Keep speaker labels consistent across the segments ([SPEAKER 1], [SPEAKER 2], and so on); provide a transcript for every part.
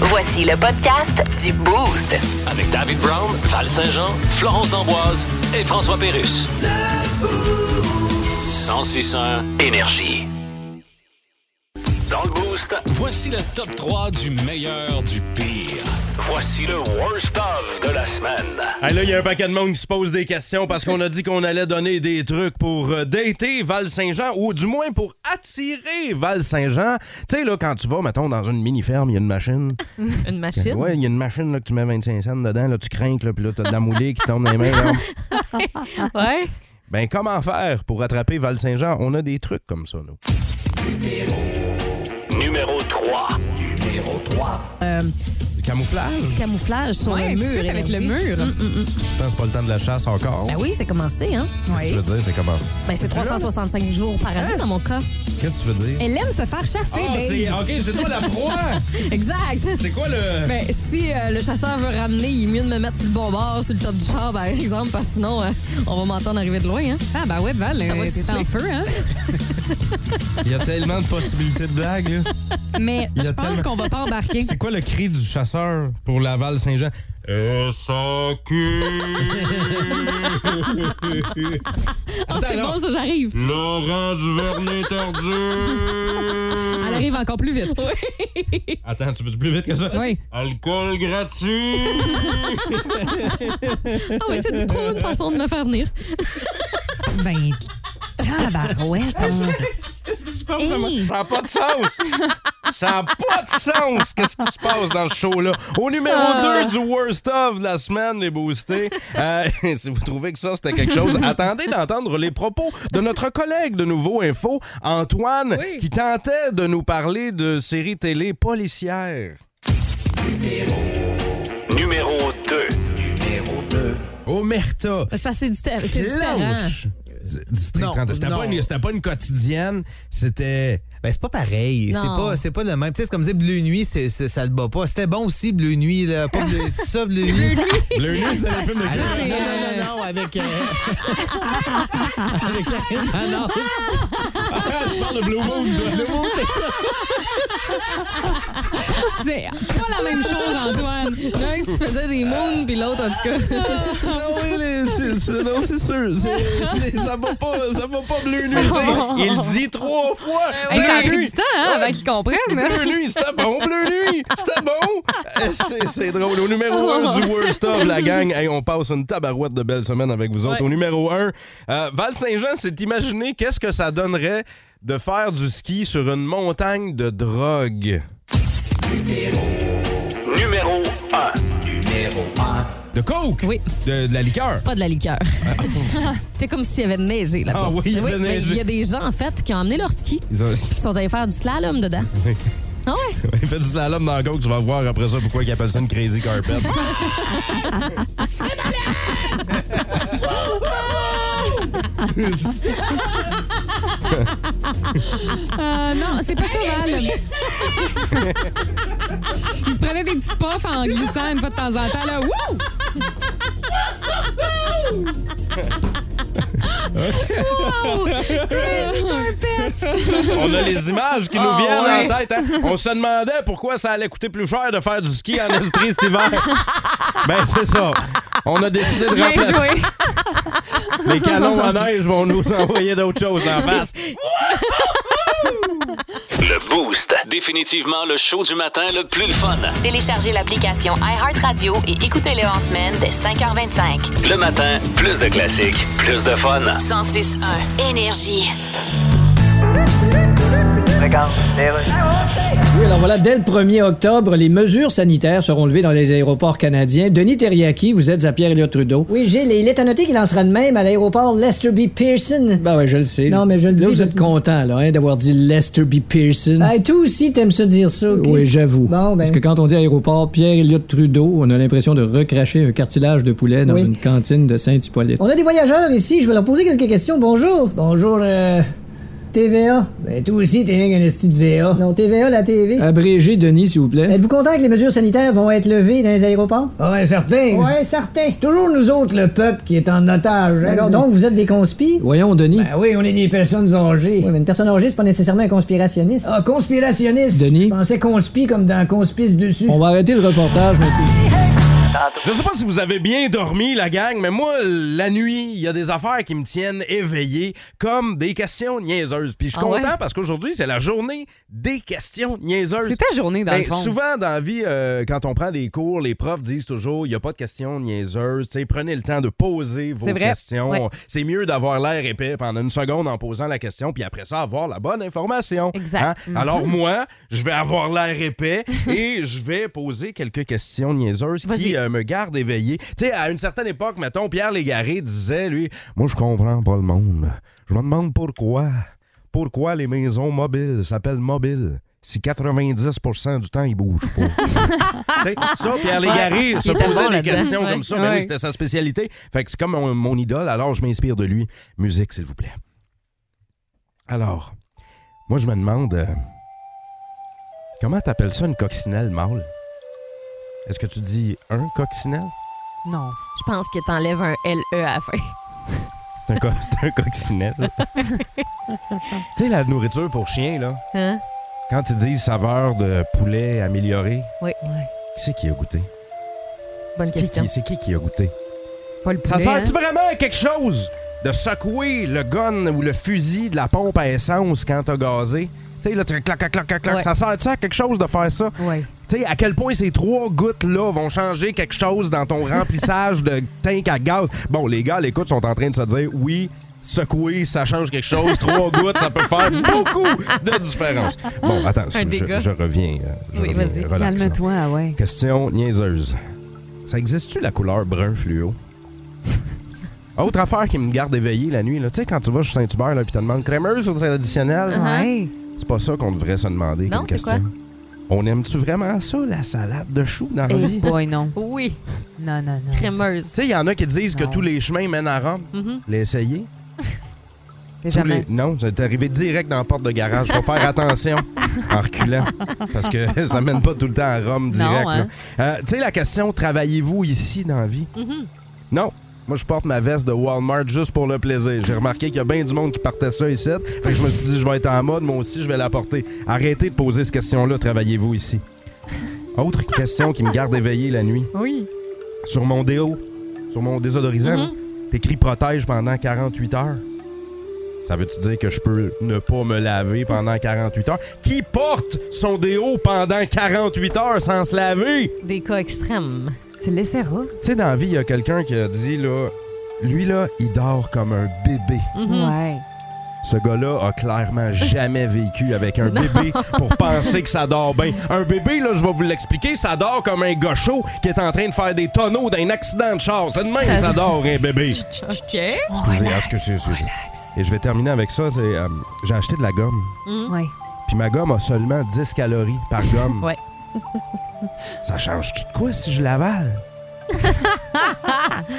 [SPEAKER 1] Voici le podcast du Boost.
[SPEAKER 2] Avec David Brown, Val Saint-Jean, Florence D'Amboise et François Pérus. 1061 Énergie. Dans le Boost, voici le top 3 du meilleur du pire. Voici le worst of de la semaine.
[SPEAKER 3] Ah, là, il y a un paquet de monde qui se pose des questions parce qu'on a dit qu'on allait donner des trucs pour euh, dater Val Saint-Jean ou du moins pour attirer Val Saint-Jean. Tu sais, là, quand tu vas, mettons, dans une mini-ferme, il y a une machine.
[SPEAKER 4] Ah,
[SPEAKER 5] Une machine.
[SPEAKER 3] Ben Ouais, il y a une machine là, que tu mets 25 cents dedans, là, tu crains, là, puis là, t'as de la moulée qui tombe dans les mains. là.
[SPEAKER 5] Ouais.
[SPEAKER 3] Ben, comment faire pour attraper Val Saint-Jean? On a des trucs comme ça, nous.
[SPEAKER 2] Numéro 3.
[SPEAKER 3] Du camouflage?
[SPEAKER 4] Camouflage sur
[SPEAKER 5] Ouais,
[SPEAKER 4] le
[SPEAKER 5] tu
[SPEAKER 4] mur.
[SPEAKER 5] fais avec
[SPEAKER 4] énergie.
[SPEAKER 5] le mur.
[SPEAKER 3] Putain, c'est pas le temps de la chasse encore.
[SPEAKER 4] Ben oui, c'est commencé, hein?
[SPEAKER 3] Qu'est-ce que tu veux dire? C'est comment ça?
[SPEAKER 4] Ben c'est 365 jours par année dans mon cas.
[SPEAKER 3] Qu'est-ce que tu veux dire?
[SPEAKER 4] Elle aime se faire chasser,
[SPEAKER 3] Ah,
[SPEAKER 4] Dave.
[SPEAKER 3] c'est- OK, c'est toi la proie!
[SPEAKER 4] Exact.
[SPEAKER 3] C'est quoi le...
[SPEAKER 4] Ben, si euh, le chasseur veut ramener, il est mieux de me mettre sur le bon bord, sur le top du char, par exemple, parce que sinon, euh, on va m'entendre arriver de loin. Hein?
[SPEAKER 5] Ah, bah ouais, Val, euh, t'es en feu, hein?
[SPEAKER 3] Il y a tellement de possibilités de blagues, là.
[SPEAKER 4] Mais
[SPEAKER 3] Il y
[SPEAKER 4] je
[SPEAKER 3] a
[SPEAKER 4] pense
[SPEAKER 3] tellement-
[SPEAKER 4] qu'on va pas embarquer.
[SPEAKER 3] C'est quoi le cri du chasseur pour Laval Saint-Jean? S.A.Q.
[SPEAKER 4] Oh, c'est
[SPEAKER 3] alors.
[SPEAKER 4] bon, ça, j'arrive.
[SPEAKER 3] Laurent Duvernay tordu.
[SPEAKER 4] Elle arrive encore plus vite.
[SPEAKER 3] Attends, tu veux plus vite que ça?
[SPEAKER 4] Oui.
[SPEAKER 3] Alcool gratuit.
[SPEAKER 4] Ah oui, c'est de trouver une façon de me faire venir.
[SPEAKER 5] Ben. Ah, bah ouais.
[SPEAKER 3] Qu'est-ce qui se passe? Ça n'a pas de sens. Ça n'a pas de sens. Qu'est-ce qui se passe dans ce show-là? Au numéro 2 du Worst of de la semaine, les boostés. Euh, si vous trouvez que ça, c'était quelque chose, attendez d'entendre les propos de notre collègue de Nouveau Info, Antoine, qui tentait de nous parler de séries télé policières.
[SPEAKER 2] Numéro 2.
[SPEAKER 3] Omerta.
[SPEAKER 4] C'est parce que c'est dista- c'est différent.
[SPEAKER 6] Clanche.
[SPEAKER 3] D- District
[SPEAKER 6] Non,
[SPEAKER 3] 31. C'était
[SPEAKER 6] non.
[SPEAKER 3] pas, une- c'était pas une quotidienne, c'était...
[SPEAKER 6] Ben, c'est pas pareil. C'est
[SPEAKER 4] Non.
[SPEAKER 6] pas, c'est pas le même. Tu sais, c'est comme dire Bleu Nuit, c'est, c'est- ça le bat pas. C'était bon aussi, Bleu Nuit, là. Pas Bleu, c'est ça, Bleu Nuit.
[SPEAKER 3] Le Nuit, c'était un film de
[SPEAKER 6] Ah, non, non, non, non, non, avec. euh, avec Karine Vanas.
[SPEAKER 3] Je parle de Blue Moon, toi.
[SPEAKER 6] Le mot, c'est ça.
[SPEAKER 4] C'est pas la même chose, Antoine. L'un qui se faisait des moons, puis l'autre, en tout cas.
[SPEAKER 6] Non, Ah, oui, les- c'est, c'est- non, c'est sûr. C'est, c'est- ça va pas, ça va pas hein. Bleu Nuit.
[SPEAKER 3] Il dit trois fois.
[SPEAKER 5] Hey, ça a
[SPEAKER 3] Bleu
[SPEAKER 5] pris
[SPEAKER 3] nuit.
[SPEAKER 5] du temps, hein, avant qu'ils comprennent. hein.
[SPEAKER 3] Bleu nuit, c'était bon, bleu nuit, c'était bon. Eh, c'est- C'est drôle. Au numéro 1 du Worst of, la gang, Hey, on passe une tabarouette de belles semaines avec vous autres. Au numéro 1, Val Saint-Jean s'est imaginé qu'est-ce que ça donnerait de faire du ski sur une montagne de drogue.
[SPEAKER 2] Numéro 1.
[SPEAKER 3] De coke?
[SPEAKER 4] Oui.
[SPEAKER 3] De, la liqueur?
[SPEAKER 4] Pas de la liqueur. c'est comme s'il y avait neigé là-bas.
[SPEAKER 3] Ah oui, il y avait
[SPEAKER 4] mais
[SPEAKER 3] neigé.
[SPEAKER 4] Il y a des gens, en fait, qui ont emmené leur ski,
[SPEAKER 3] Ils ont
[SPEAKER 4] qui sont allés faire du slalom dedans. Ah ouais?
[SPEAKER 3] fait du slalom dans la coke, tu vas voir après ça pourquoi ils appellent ça une crazy carpet.
[SPEAKER 5] Euh, non, c'est pas ça, Val. Ils se prenaient des petits puffs en glissant une fois de temps en temps, là. Wouh!
[SPEAKER 3] On a les images qui nous
[SPEAKER 5] Ah,
[SPEAKER 3] viennent
[SPEAKER 5] ouais.
[SPEAKER 3] en tête. hein. On se demandait pourquoi ça allait coûter plus cher de faire du ski en Estrie cet hiver. Ben, c'est ça. On a décidé de
[SPEAKER 5] Bien
[SPEAKER 3] remplacer.
[SPEAKER 5] joué.
[SPEAKER 3] Les canons à neige vont nous envoyer d'autres choses en face.
[SPEAKER 2] Le Boost. Définitivement le show du matin le plus le fun.
[SPEAKER 1] Téléchargez l'application iHeartRadio et écoutez-le en semaine dès 5h25.
[SPEAKER 2] Le matin, plus de classiques, plus de fun.
[SPEAKER 1] 106.1 Énergie.
[SPEAKER 7] Oui, alors voilà, dès le 1er octobre, les mesures sanitaires seront levées dans les aéroports canadiens. Denis Terriaki, vous êtes à Pierre-Éliott Trudeau.
[SPEAKER 8] Oui, Gilles, et il est à noter qu'il en sera de même à l'aéroport Lester B. Pearson.
[SPEAKER 7] Ben oui, je le sais.
[SPEAKER 8] Non, mais je le
[SPEAKER 7] Là,
[SPEAKER 8] dis
[SPEAKER 7] vous
[SPEAKER 8] parce
[SPEAKER 7] êtes
[SPEAKER 8] que-
[SPEAKER 7] content, là, hein, d'avoir dit Lester B. Pearson.
[SPEAKER 8] Ah, toi aussi, t'aimes ça dire ça, OK?
[SPEAKER 7] Oui, j'avoue.
[SPEAKER 8] Bon, ben.
[SPEAKER 7] Parce que quand on dit aéroport Pierre-Éliott Trudeau, on a l'impression de recracher un cartilage de poulet dans
[SPEAKER 8] Oui.
[SPEAKER 7] une cantine de Saint-Hippolyte.
[SPEAKER 8] On a des voyageurs ici, je vais leur poser quelques questions. Bonjour. Bonjour, euh... TVA? Ben, toi aussi, t'es rien qu'un esti de VA. Non, TVA, la TV.
[SPEAKER 7] Abrégé, Denis, s'il vous plaît.
[SPEAKER 8] Êtes-vous content que les mesures sanitaires vont être levées dans les aéroports? Ah Ouais, certain. Ouais, certain. Toujours nous autres, le peuple qui est en otage. D'accord, donc vous êtes des conspires?
[SPEAKER 7] Voyons, Denis.
[SPEAKER 8] Ben oui, on est des personnes âgées. Oui, mais une personne âgée, c'est pas nécessairement un conspirationniste. Ah, conspirationniste?
[SPEAKER 7] Denis?
[SPEAKER 8] Je pensais conspi comme dans conspice dessus.
[SPEAKER 7] On va arrêter le reportage, mais
[SPEAKER 3] Je sais pas si vous avez bien dormi, la gang, mais moi, la nuit, il y a des affaires qui me tiennent éveillé, comme des questions niaiseuses. Puis je suis
[SPEAKER 9] Ah ouais?
[SPEAKER 3] content parce qu'aujourd'hui, c'est la journée des questions niaiseuses.
[SPEAKER 9] C'est ta journée, dans
[SPEAKER 3] Ben,
[SPEAKER 9] le fond.
[SPEAKER 3] Souvent, dans la vie, euh, quand on prend des cours, les profs disent toujours il n'y a pas de questions niaiseuses. Tu sais, prenez le temps de poser vos
[SPEAKER 9] C'est vrai.
[SPEAKER 3] questions.
[SPEAKER 9] Ouais.
[SPEAKER 3] C'est mieux d'avoir l'air épais pendant une seconde en posant la question, puis après ça, avoir la bonne information. hein?
[SPEAKER 9] Exact. Mhm.
[SPEAKER 3] Alors, moi, je vais avoir l'air épais et je vais poser quelques questions niaiseuses
[SPEAKER 9] Vas-y.
[SPEAKER 3] qui euh, me gardent éveillé. Tu sais, à une certaine époque, mettons, Pierre Légaré disait lui, Moi, je comprends pas le monde. Je me demande pourquoi. Pourquoi les maisons mobiles s'appellent mobiles si 90 du temps, ils bougent pas. Tu sais, ça, Pierre Légaré
[SPEAKER 9] Ouais.
[SPEAKER 3] se
[SPEAKER 9] Il était
[SPEAKER 3] posait
[SPEAKER 9] bon
[SPEAKER 3] des
[SPEAKER 9] là-dedans.
[SPEAKER 3] questions
[SPEAKER 9] Ouais.
[SPEAKER 3] comme ça. Ben oui,
[SPEAKER 9] Ouais.
[SPEAKER 3] c'était sa spécialité. Fait que c'est comme mon, mon idole, alors je m'inspire de lui. Musique, s'il vous plaît. Alors, moi, je me demande, euh, comment t'appelles ça une coccinelle mâle? Est-ce que tu dis un coccinelle?
[SPEAKER 9] Non.
[SPEAKER 4] Je pense que t'enlèves un LE à la fin.
[SPEAKER 3] C'est un, co- c'est un coccinelle. tu sais, la nourriture pour chien, là,
[SPEAKER 4] Hein?
[SPEAKER 3] quand ils disent saveur de poulet amélioré,
[SPEAKER 4] Oui.
[SPEAKER 3] qui c'est qui a goûté?
[SPEAKER 4] Bonne
[SPEAKER 3] C'est qui
[SPEAKER 4] question.
[SPEAKER 3] qui- C'est qui qui a goûté?
[SPEAKER 4] Pas le
[SPEAKER 3] Ça
[SPEAKER 4] poulet,
[SPEAKER 3] sert-tu
[SPEAKER 4] hein?
[SPEAKER 3] vraiment à quelque chose de secouer le gun ou le fusil de la pompe à essence quand t'as gazé? Tu sais, là, tu fais clac, clac, clac, clac, clac.
[SPEAKER 4] Ouais.
[SPEAKER 3] Ça sert-tu à quelque chose de faire ça?
[SPEAKER 4] Ouais.
[SPEAKER 3] Tu sais, à quel point ces trois gouttes-là vont changer quelque chose dans ton remplissage de tank à gaz? Bon, les gars, à l'écoute, sont en train de se dire oui. Secouer, ça change quelque chose. Trois gouttes, ça peut faire beaucoup de différence. Bon, attends, je,
[SPEAKER 9] dégât.
[SPEAKER 3] je reviens. euh, je
[SPEAKER 9] Oui,
[SPEAKER 3] reviens,
[SPEAKER 9] vas-y,
[SPEAKER 3] relax, là.
[SPEAKER 9] Calme-toi, ouais.
[SPEAKER 3] Question niaiseuse. Ça existe-tu la couleur brun fluo? Autre affaire qui me garde éveillé la nuit, là. tu sais, quand tu vas chez Saint-Hubert, là, puis te demandes crémeuse ou traditionnelle,
[SPEAKER 9] Ouais.
[SPEAKER 3] c'est pas ça qu'on devrait se demander
[SPEAKER 4] Ah. Non,
[SPEAKER 3] comme
[SPEAKER 4] c'est
[SPEAKER 3] question. On aime-tu vraiment ça, la salade de choux dans
[SPEAKER 4] Eh,
[SPEAKER 3] la
[SPEAKER 9] Hey
[SPEAKER 3] vie? Tu
[SPEAKER 9] boy, non.
[SPEAKER 4] Oui,
[SPEAKER 9] Non, non, non.
[SPEAKER 4] crémeuse.
[SPEAKER 3] sais, il y en a qui disent
[SPEAKER 9] Non.
[SPEAKER 3] que tous les chemins mènent à Rome.
[SPEAKER 4] Mm-hmm.
[SPEAKER 3] L'essayer?
[SPEAKER 9] Fais
[SPEAKER 3] Tous
[SPEAKER 9] Jamais.
[SPEAKER 3] les- Non, c'est arrivé direct dans la porte de garage. Faut faire attention en reculant. Parce que ça mène pas tout le temps à Rome direct.
[SPEAKER 9] Non, hein.
[SPEAKER 3] là. Euh, tu sais, la question, travaillez-vous ici dans la vie?
[SPEAKER 9] Mm-hmm.
[SPEAKER 3] Non. Moi, je porte ma veste de Walmart juste pour le plaisir. J'ai remarqué qu'il y a bien du monde qui partait ça ici. Fait que je me suis dit, je vais être en mode, moi aussi, je vais la porter. Arrêtez de poser cette question-là, travaillez-vous ici? Autre question qui me garde éveillé la nuit.
[SPEAKER 9] Oui.
[SPEAKER 3] Sur mon déo, sur mon désodorisant, là,
[SPEAKER 9] Mm-hmm.
[SPEAKER 3] t'écris protège pendant 48 heures. Ça veut-tu dire que je peux ne pas me laver pendant 48 heures? Qui porte son déo pendant 48 heures sans se laver?
[SPEAKER 4] Des cas extrêmes.
[SPEAKER 9] Tu le laisseras.
[SPEAKER 3] Tu sais, dans la vie, il y a quelqu'un qui a dit, là, lui, là, il dort comme un bébé.
[SPEAKER 9] Ouais.
[SPEAKER 3] Ce gars-là a clairement jamais vécu avec un bébé pour penser que ça dort bien. Un bébé, là, je vais vous l'expliquer, ça dort comme un gaucho qui est en train de faire des tonneaux d'un accident de char. C'est de même que ça dort, un bébé.
[SPEAKER 4] OK.
[SPEAKER 3] Excusez, excusez, excusez. Et je vais terminer avec ça, c'est, euh, j'ai acheté de la gomme.
[SPEAKER 9] Ouais.
[SPEAKER 3] Puis ma gomme a seulement 10 calories par gomme.
[SPEAKER 9] Ouais.
[SPEAKER 3] Ça change-tu de quoi si je l'avale?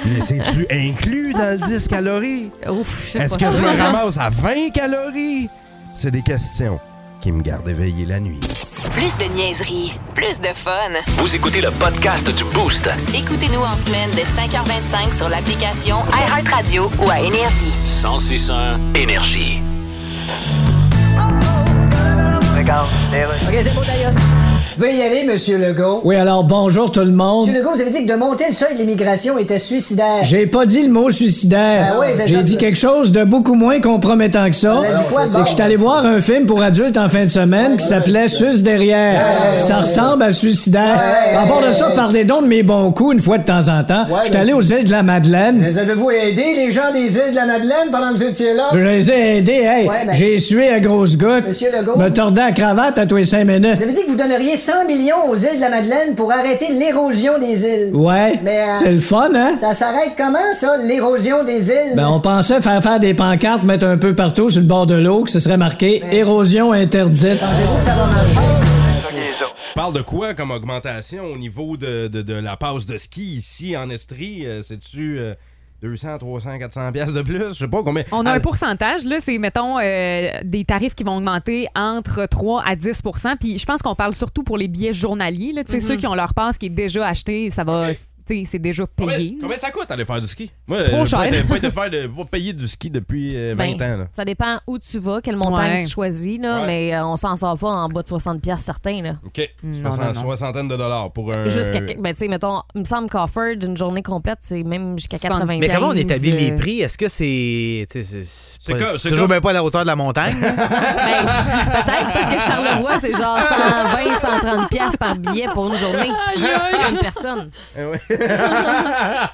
[SPEAKER 3] Mais c'est-tu inclus dans le 10 calories?
[SPEAKER 4] Ouf, je sais
[SPEAKER 3] Est-ce
[SPEAKER 4] pas
[SPEAKER 3] que
[SPEAKER 4] ça.
[SPEAKER 3] je me ramasse à 20 calories? C'est des questions qui me gardent éveillé la nuit.
[SPEAKER 1] Plus de niaiserie, plus de fun.
[SPEAKER 2] Vous écoutez le podcast du Boost.
[SPEAKER 1] Écoutez-nous en semaine de 5h25 sur l'application iHeartRadio ou à Énergie.
[SPEAKER 2] 1061 Énergie.
[SPEAKER 8] Ok, c'est bon, d'ailleurs. Veuillez y aller, monsieur Legault.
[SPEAKER 7] Oui, alors bonjour tout le monde.
[SPEAKER 8] Monsieur Legault, vous avez dit que de monter le seuil de l'immigration était suicidaire.
[SPEAKER 7] J'ai pas dit le mot suicidaire.
[SPEAKER 8] Ah oui, c'est
[SPEAKER 7] J'ai
[SPEAKER 8] ça.
[SPEAKER 7] dit quelque chose de beaucoup moins compromettant que ça.
[SPEAKER 8] Elle a dit quoi de
[SPEAKER 7] C'est
[SPEAKER 8] bon? Ah,
[SPEAKER 7] que je suis allé voir un film pour adultes en fin de semaine qui s'appelait Sus derrière. Ça ressemble à suicidaire. À part de ça, parlez donc de mes bons coups une fois de temps en temps. Je suis allé aux îles de la Madeleine.
[SPEAKER 8] Mais avez-vous aidé les gens des îles de la Madeleine pendant que vous étiez là?
[SPEAKER 7] Je les ai aidés, hey!
[SPEAKER 8] Ouais, ben-
[SPEAKER 7] J'ai sué à grosses gouttes.
[SPEAKER 8] Monsieur Legault.
[SPEAKER 7] Me tordais à cravate à tous les cinq minutes.
[SPEAKER 8] Vous avez dit que vous donneriez 100 millions aux îles de la Madeleine pour arrêter l'érosion des îles.
[SPEAKER 7] Ouais.
[SPEAKER 8] Mais, euh,
[SPEAKER 7] C'est le fun, hein?
[SPEAKER 8] Ça s'arrête comment, ça, l'érosion des îles?
[SPEAKER 7] Ben, on pensait faire faire des pancartes, mettre un peu partout sur le bord de l'eau, que ce serait marqué érosion interdite.
[SPEAKER 8] Pensez-vous que ça va marcher?
[SPEAKER 3] Je parle de quoi comme augmentation au niveau de, de- de la passe de ski ici en Estrie? Euh, C'est-tu euh, 200, 300, 400 pièces de plus, je sais pas combien.
[SPEAKER 9] On a
[SPEAKER 3] Ah,
[SPEAKER 9] un pourcentage, là, c'est, mettons, euh, des tarifs qui vont augmenter entre 3 à 10 Puis je pense qu'on parle surtout pour les billets journaliers, là, tu sais, ceux qui ont leur passe qui est déjà acheté, ça va,
[SPEAKER 3] Ok.
[SPEAKER 9] tu sais, c'est déjà
[SPEAKER 3] Combien,
[SPEAKER 9] payé.
[SPEAKER 3] combien ça coûte aller faire du ski? Moi,
[SPEAKER 9] Trop
[SPEAKER 3] j'ai pas
[SPEAKER 9] cher. Ben.
[SPEAKER 3] été- pas été faire de- pas payé du ski depuis euh, 20 ans. là.
[SPEAKER 4] Ben, Ça dépend où tu vas, quelle montagne
[SPEAKER 9] Ouais.
[SPEAKER 4] tu choisis, là,
[SPEAKER 3] Ouais.
[SPEAKER 4] mais euh, on s'en sort pas en bas de 60$ piastres certains. Là.
[SPEAKER 3] OK.
[SPEAKER 9] non,
[SPEAKER 3] Soixante-
[SPEAKER 9] non.
[SPEAKER 3] Soixantaine de dollars pour un.
[SPEAKER 4] Jusqu'à. Ben, tu sais, mettons, il me semble qu'Offer d'une journée complète, c'est même jusqu'à 80$.
[SPEAKER 6] Mais comment on établit les
[SPEAKER 4] euh,
[SPEAKER 6] prix? Est-ce que c'est. tu sais,
[SPEAKER 3] C'est
[SPEAKER 6] C'est pas-
[SPEAKER 3] comme- c'est
[SPEAKER 6] c'est toujours
[SPEAKER 3] comme-
[SPEAKER 6] bien pas à la hauteur de la montagne.
[SPEAKER 4] Ben, je- peut-être, parce que Charlevoix, c'est genre 120, 130 pièces par billet pour une journée. Pour une personne.
[SPEAKER 3] Eh ouais.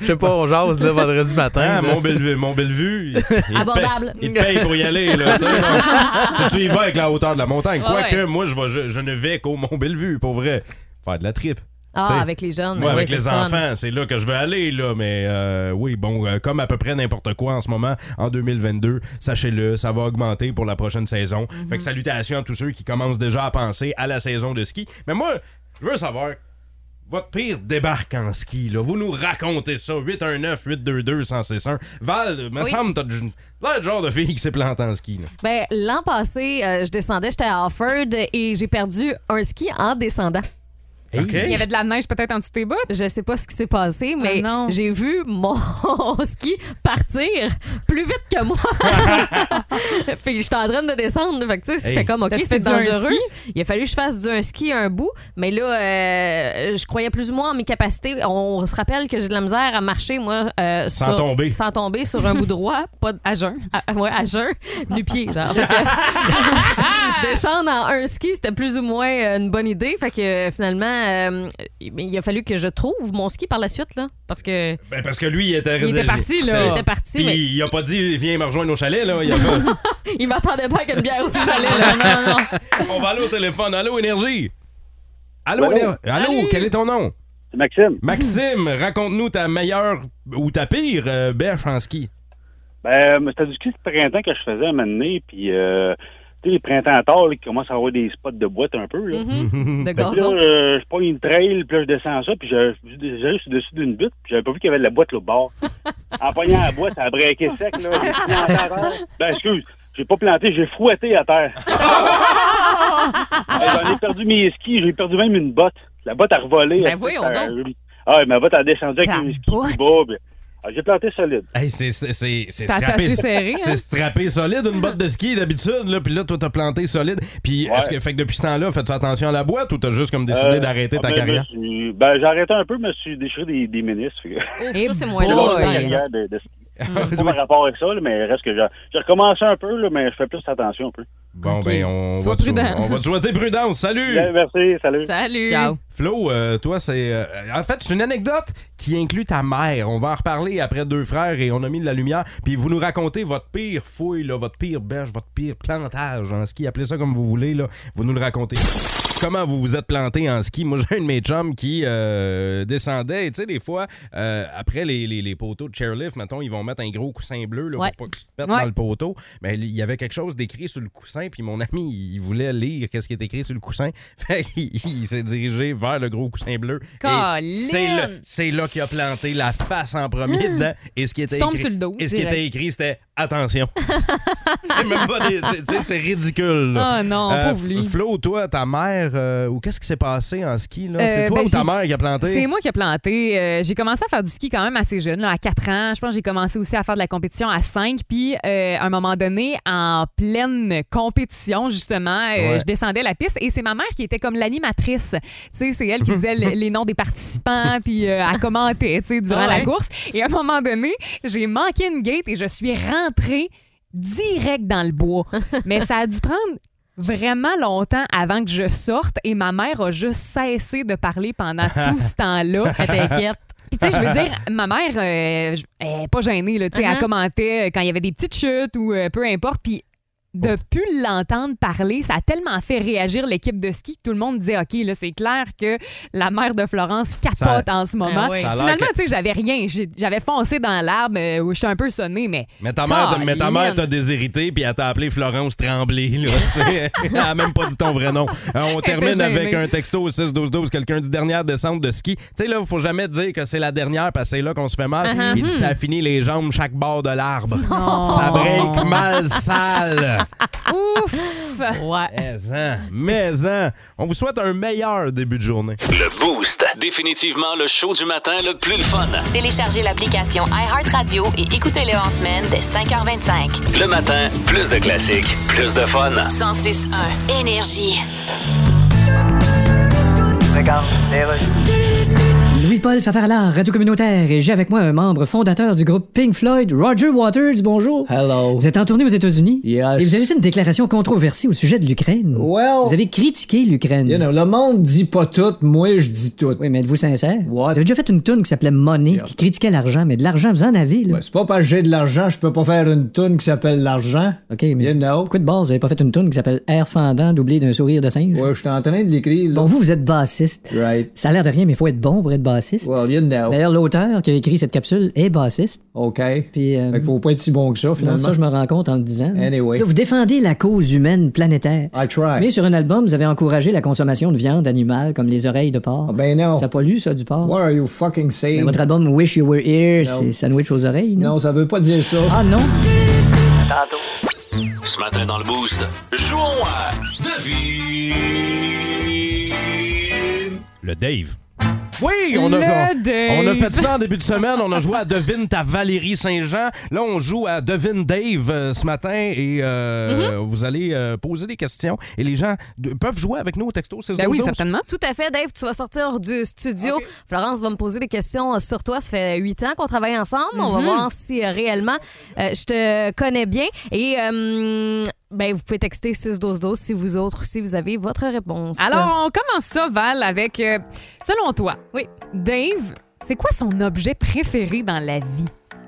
[SPEAKER 6] Je sais pas, on jase là vendredi matin.
[SPEAKER 3] Ah,
[SPEAKER 6] là.
[SPEAKER 3] mon Bellevue, mon Bellevue, il, il
[SPEAKER 4] Abordable.
[SPEAKER 3] Paye, il te paye pour y aller. Là, tu sais. si tu y vas avec la hauteur de la montagne,
[SPEAKER 4] Ouais,
[SPEAKER 3] quoique
[SPEAKER 4] ouais.
[SPEAKER 3] moi, je, vais- je, je ne vais qu'au Mont Bellevue, pour vrai. Faire de la tripe.
[SPEAKER 4] Ah,
[SPEAKER 3] T'sais,
[SPEAKER 4] avec les jeunes.
[SPEAKER 3] Moi,
[SPEAKER 4] oui,
[SPEAKER 3] avec
[SPEAKER 4] c'est
[SPEAKER 3] les
[SPEAKER 4] le fun.
[SPEAKER 3] enfants, c'est là que je veux aller, là. Mais euh, oui, bon, euh, comme à peu près n'importe quoi en ce moment, en 2022, sachez-le, ça va augmenter pour la prochaine saison. Fait que salutations à tous ceux qui commencent déjà à penser à la saison de ski. Mais moi, je veux savoir. Votre pire débarque en ski, là. Vous nous racontez ça. 819-822-161. Val, me
[SPEAKER 4] Oui.
[SPEAKER 3] semble, t'as du- l'air du genre de fille qui s'est plantée en ski, là.
[SPEAKER 4] Ben, l'an passé, euh, je descendais, j'étais à Offord et j'ai perdu un ski en descendant.
[SPEAKER 3] OK?
[SPEAKER 9] Il y avait de la neige peut-être en dessous de tes bottes.
[SPEAKER 4] Je sais pas ce qui s'est passé, mais
[SPEAKER 9] Ah non.
[SPEAKER 4] j'ai vu mon ski partir plus vite que moi. Puis j'étais en train de descendre. Fait que tu sais, j'étais
[SPEAKER 3] Hey.
[SPEAKER 4] comme, OK,
[SPEAKER 9] T'as-tu
[SPEAKER 4] c'est
[SPEAKER 9] fait du un
[SPEAKER 4] dangereux.
[SPEAKER 9] ski?
[SPEAKER 4] Il a fallu que je fasse du un ski un bout. Mais là, euh, je croyais plus ou moins en mes capacités. On se rappelle que j'ai de la misère à marcher, moi. euh,
[SPEAKER 3] Sans
[SPEAKER 4] sur-
[SPEAKER 3] tomber.
[SPEAKER 4] Sans tomber sur un bout droit. Pas de-
[SPEAKER 9] À jeun.
[SPEAKER 4] à, ouais, à jeun, nu-pied, genre. Fait que- descendre en un ski, c'était plus ou moins euh, une bonne idée. Fait que euh, finalement, euh, il a fallu que je trouve mon ski par la suite, là. Parce que
[SPEAKER 3] Ben, parce que lui, il était... Ben,
[SPEAKER 9] Il était parti, là.
[SPEAKER 4] il était parti,
[SPEAKER 3] Puis,
[SPEAKER 4] mais
[SPEAKER 3] il a pas dit, viens me rejoindre au chalet, là. Il a pas-
[SPEAKER 4] il m'attendait pas avec une bière au chalet, là. Non, non.
[SPEAKER 3] On va aller au téléphone. Allô, Énergie? Allô,
[SPEAKER 10] Allô?
[SPEAKER 3] Éner- Allô,
[SPEAKER 4] Salut.
[SPEAKER 3] quel est ton nom?
[SPEAKER 10] C'est Maxime.
[SPEAKER 3] Maxime, raconte-nous ta meilleure ou ta pire euh, bêche en ski.
[SPEAKER 10] Ben, euh, c'était du ski de printemps que je faisais à un moment donné, puis euh, tu sais, les printemps tard, là, qui commencent à avoir des spots de boîte un peu. Là.
[SPEAKER 4] Mhm. De
[SPEAKER 10] Fait que là,
[SPEAKER 4] gazon.
[SPEAKER 10] euh, je prends une trail, puis là, je descends ça, puis je- je- j'arrive sur le dessus d'une butte, puis j'avais pas vu qu'il y avait de la boîte l'autre bord. En pognant la boîte, ça a braqué sec, là. J'ai planté à terre. Ben, excuse, j'ai pas planté, j'ai fouetté à terre. Ben, J'en ai perdu mes skis, j'ai perdu même une botte. La botte a revolé.
[SPEAKER 4] Ben, voyons
[SPEAKER 10] Ça- Ah, ouais, ma botte a descendu avec
[SPEAKER 9] Ta
[SPEAKER 10] mes skis
[SPEAKER 9] botte.
[SPEAKER 10] plus bas, puis- Ah, j'ai planté solide.
[SPEAKER 3] Hey, c'est c'est- c'est- c'est
[SPEAKER 9] T'as
[SPEAKER 3] strappé.
[SPEAKER 9] attaché
[SPEAKER 3] ça.
[SPEAKER 9] serré, hein?
[SPEAKER 3] C'est strappé solide, une botte de ski d'habitude, là, puis là, toi, t'as planté solide. Puis,
[SPEAKER 10] Ouais.
[SPEAKER 3] est-ce que, fait que depuis ce temps-là, fais-tu attention à la boîte ou t'as juste comme décidé
[SPEAKER 10] Euh,
[SPEAKER 3] d'arrêter ta
[SPEAKER 10] ah, ben,
[SPEAKER 3] carrière?
[SPEAKER 10] je me suis- Ben, j'ai arrêté un peu, mais je me suis déchiré des, des ministres. fait que-
[SPEAKER 4] Ouf, ça, c'est moins
[SPEAKER 9] Eh
[SPEAKER 10] J'ai
[SPEAKER 4] drôle.
[SPEAKER 10] lâché
[SPEAKER 9] boy.
[SPEAKER 10] ma carrière de, de ski. ben, Pas par rapport à ça, là, mais reste que j'ai j'ai recommencé un peu, là, mais je fais plus attention un peu.
[SPEAKER 3] Bon,
[SPEAKER 9] Ok.
[SPEAKER 3] ben, on
[SPEAKER 9] Sois
[SPEAKER 3] va, te,
[SPEAKER 9] prudent.
[SPEAKER 3] on va te souhaiter prudence. Salut!
[SPEAKER 10] Bien, merci, salut.
[SPEAKER 4] Salut.
[SPEAKER 9] Ciao.
[SPEAKER 3] Flo, euh, toi, c'est. euh, en fait, c'est une anecdote qui inclut ta mère. On va en reparler après deux frères et on a mis de la lumière. Puis vous nous racontez votre pire fouille, là, votre pire berge, votre pire plantage en ski. Appelez ça comme vous voulez. Là. Vous nous le racontez. Comment vous vous êtes planté en ski? Moi, j'ai un de mes chums qui euh, descendait. Et Tu sais, des fois, euh, après les, les- les poteaux de chairlift, mettons, ils vont mettre un gros coussin bleu là,
[SPEAKER 4] Ouais.
[SPEAKER 3] pour pas que tu te pètes
[SPEAKER 9] Ouais.
[SPEAKER 3] dans le poteau. Mais il y avait quelque chose d'écrit sur le coussin. Puis mon ami, il voulait lire qu'est-ce qui est écrit sur le coussin. Fait qu'il il s'est dirigé vers le gros coussin bleu. Et
[SPEAKER 9] Colin!
[SPEAKER 3] C'est là, c'est là qu'il a planté la face en premier dedans. Et ce qui était
[SPEAKER 9] Hmm. tombes
[SPEAKER 3] écrit,
[SPEAKER 9] sur le dos,
[SPEAKER 3] et ce qui
[SPEAKER 9] direct.
[SPEAKER 3] était écrit, c'était attention. c'est même pas des- c'est- tu sais, c'est ridicule. là.
[SPEAKER 9] Ah non,
[SPEAKER 3] Euh,
[SPEAKER 9] pauvre lui.
[SPEAKER 3] F- Flo, toi, ta mère, euh, ou qu'est-ce qui s'est passé en ski? là? c'est
[SPEAKER 9] Euh,
[SPEAKER 3] toi
[SPEAKER 9] ben,
[SPEAKER 3] ou ta
[SPEAKER 9] j'ai-
[SPEAKER 3] mère qui a planté?
[SPEAKER 9] C'est moi qui ai planté. Euh, j'ai commencé à faire du ski quand même assez jeune, là, à 4 ans. Je pense que j'ai commencé aussi à faire de la compétition à 5. Puis, euh, à un moment donné, en pleine compétition, justement, euh,
[SPEAKER 3] Ouais.
[SPEAKER 9] je descendais la piste et c'est ma mère qui était comme l'animatrice. Tu sais, c'est elle qui disait le- les noms des participants, puis euh, elle commentait, tu sais, durant
[SPEAKER 4] Ah ouais.
[SPEAKER 9] la course. Et à un moment donné, j'ai manqué une gate et je suis rentrée direct dans le bois. Mais ça a dû prendre vraiment longtemps avant que je sorte et ma mère a juste cessé de parler pendant tout ce temps-là.
[SPEAKER 4] Elle t'inquiète.
[SPEAKER 9] Puis tu sais, je veux dire, ma mère, euh, je- elle est pas gênée, là, tu sais, elle
[SPEAKER 4] Uh-huh.
[SPEAKER 9] commentait quand il y avait des petites chutes ou euh, peu importe, puis de
[SPEAKER 3] Oh.
[SPEAKER 9] plus l'entendre parler, ça a tellement fait réagir l'équipe de ski que tout le monde disait OK, là, c'est clair que la mère de Florence capote
[SPEAKER 3] Ça-
[SPEAKER 9] en ce
[SPEAKER 3] Ah
[SPEAKER 9] moment.
[SPEAKER 3] oui. Ça a l'air
[SPEAKER 9] Finalement,
[SPEAKER 3] que-
[SPEAKER 9] tu sais, j'avais rien. J'ai- J'avais foncé dans l'arbre. euh, J'étais un peu sonné, mais.
[SPEAKER 3] Mais ta mère, t'a- mais ta mère
[SPEAKER 9] Colin.
[SPEAKER 3] t'a déshérité, puis elle t'a appelé Florence Tremblay. Là, tu sais. elle a même pas dit ton vrai nom. Euh, on
[SPEAKER 9] était
[SPEAKER 3] termine
[SPEAKER 9] gênée.
[SPEAKER 3] avec un texto au 6-12-12. Quelqu'un dit dernière descente de ski. Tu sais, là, faut jamais dire que c'est la dernière, parce que c'est là qu'on se fait mal.
[SPEAKER 2] Uh-huh.
[SPEAKER 3] Il dit
[SPEAKER 9] Hmm.
[SPEAKER 3] ça finit les jambes chaque bord de l'arbre. Ça break mal sale.
[SPEAKER 9] Ouf!
[SPEAKER 3] Mais, hein, mais, hein. on vous souhaite un meilleur début de journée.
[SPEAKER 2] Le Boost. Définitivement le show du matin le plus le fun.
[SPEAKER 1] Téléchargez l'application iHeartRadio et écoutez-le en semaine dès 5h25.
[SPEAKER 2] Le matin, plus de classiques, plus de fun.
[SPEAKER 1] 106.1 Énergie.
[SPEAKER 8] Louis-Paul Favarlard, Radio Communautaire, et j'ai avec moi un membre fondateur du groupe Pink Floyd, Roger Waters. Bonjour.
[SPEAKER 11] Hello.
[SPEAKER 8] Vous êtes en tournée aux États-Unis?
[SPEAKER 11] Yes.
[SPEAKER 8] Et vous avez fait une déclaration controversée au sujet de l'Ukraine. Vous avez critiqué l'Ukraine.
[SPEAKER 11] You know, le monde dit pas tout, moi je dis tout.
[SPEAKER 8] Oui, mais êtes-vous sincère? Vous avez déjà fait une tune qui s'appelait Money, qui critiquait l'argent, mais de l'argent, vous en avez, là.
[SPEAKER 11] Ben, C'est pas parce que j'ai de l'argent, je peux pas faire une toune qui s'appelle l'argent.
[SPEAKER 8] OK, mais pourquoi de base, vous avez pas fait une tune qui s'appelle Air fendant, doublé d'un sourire de singe?
[SPEAKER 11] Ouais, je suis en train de l'écrire.
[SPEAKER 8] Bon, vous, vous êtes bassiste. Ça a l'air de rien, mais il faut être bon pour être bassiste. D'ailleurs, l'auteur qui a écrit cette capsule est bassiste.
[SPEAKER 11] OK.
[SPEAKER 8] Puis, euh,
[SPEAKER 11] Fait qu'il faut pas être si bon que ça, finalement.
[SPEAKER 8] Non, ça, je me rends compte en le disant.
[SPEAKER 11] Anyway.
[SPEAKER 8] Là, vous défendez la cause humaine planétaire.
[SPEAKER 11] I try.
[SPEAKER 8] Mais sur un album, vous avez encouragé la consommation de viande animale, comme les oreilles de porc.
[SPEAKER 11] ben non.
[SPEAKER 8] Ça pollue, ça, du porc.
[SPEAKER 11] What are you fucking saying?
[SPEAKER 8] Mais votre album Wish You Were Here,
[SPEAKER 11] Non.
[SPEAKER 8] c'est sandwich aux oreilles, non?
[SPEAKER 11] Non, ça veut pas dire ça.
[SPEAKER 8] Ah non?
[SPEAKER 2] Ce matin dans le Boost, jouons à Devine.
[SPEAKER 3] Le Dave. Oui, on a,
[SPEAKER 2] Le
[SPEAKER 3] on-
[SPEAKER 2] Dave.
[SPEAKER 3] on a fait ça en début de semaine. On a joué à Devine ta Valérie Saint-Jean. Là, on joue à Devine Dave euh, ce matin et euh,
[SPEAKER 9] Mm-hmm.
[SPEAKER 3] vous allez euh, poser des questions et les gens de- peuvent jouer avec nous au texto. 6
[SPEAKER 9] Ben
[SPEAKER 3] 12 12.
[SPEAKER 4] Tout à fait, Dave. Tu vas sortir du studio. Florence va me poser des questions euh, sur toi. Ça fait huit ans qu'on travaille ensemble. On va
[SPEAKER 9] Mhm.
[SPEAKER 4] voir si euh, réellement euh, je te connais bien. Et euh, ben, vous pouvez texter 61212 si vous autres aussi vous avez votre réponse.
[SPEAKER 9] Alors, on commence ça, Val, avec. euh, selon toi, oui. Dave, c'est quoi son objet préféré dans la vie?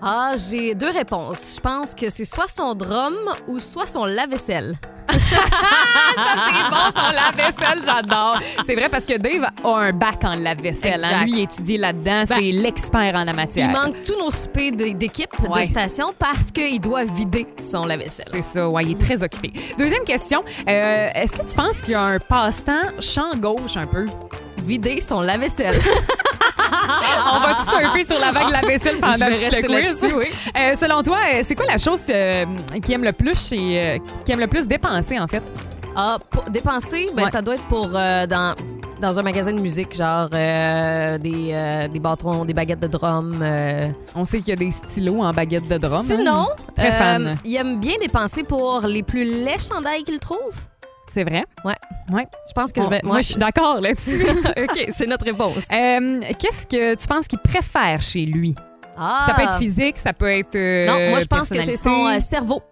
[SPEAKER 4] Ah, j'ai deux réponses. Je pense que c'est soit son drum ou soit son lave-vaisselle. Ah,
[SPEAKER 9] C'est bon, son lave-vaisselle, j'adore. C'est vrai parce que Dave a un bac en lave-vaisselle. hein.
[SPEAKER 4] Exact.
[SPEAKER 9] Lui, il étudie là-dedans.
[SPEAKER 4] Ben,
[SPEAKER 9] c'est l'expert en la matière.
[SPEAKER 4] Il manque tous nos soupers d- d'équipe,
[SPEAKER 9] Ouais.
[SPEAKER 4] de station, parce qu'il doit vider son lave-vaisselle.
[SPEAKER 9] C'est ça, ouais, il est très occupé. Deuxième question, euh, est-ce que tu penses qu'il y a un passe-temps champ gauche un peu?
[SPEAKER 4] Vider son lave-vaisselle.
[SPEAKER 9] On va tout surfer sur la vague de la vaisselle pendant
[SPEAKER 4] Ah! Je vais
[SPEAKER 9] tout le
[SPEAKER 4] rester
[SPEAKER 9] quiz.
[SPEAKER 4] là-dessus, oui.
[SPEAKER 9] Euh, selon toi, euh, c'est quoi la chose euh, qui aime le plus chez, euh, qui aime le plus dépenser en fait?
[SPEAKER 4] Ah, pour- dépenser, ben,
[SPEAKER 9] Ouais.
[SPEAKER 4] ça doit être pour euh, dans, dans un magasin de musique, genre euh, des, euh, des bâtons, des baguettes de drum. euh.
[SPEAKER 9] On sait qu'il y a des stylos en baguette de drum.
[SPEAKER 4] Sinon,
[SPEAKER 9] hein? très
[SPEAKER 4] euh,
[SPEAKER 9] fan.
[SPEAKER 4] il aime bien dépenser pour les plus laids chandails qu'il trouve.
[SPEAKER 9] C'est vrai.
[SPEAKER 4] Ouais.
[SPEAKER 9] Ouais.
[SPEAKER 4] Je pense que
[SPEAKER 9] On-
[SPEAKER 4] je vais.
[SPEAKER 9] Moi, je suis d'accord là-dessus.
[SPEAKER 4] OK, c'est notre réponse.
[SPEAKER 9] Euh, Qu'est-ce que tu penses qu'il préfère chez lui?
[SPEAKER 4] Ah.
[SPEAKER 9] Ça peut être physique, ça peut être. euh,
[SPEAKER 4] Non, moi, je pense que c'est son euh,
[SPEAKER 9] personnalité.
[SPEAKER 4] cerveau.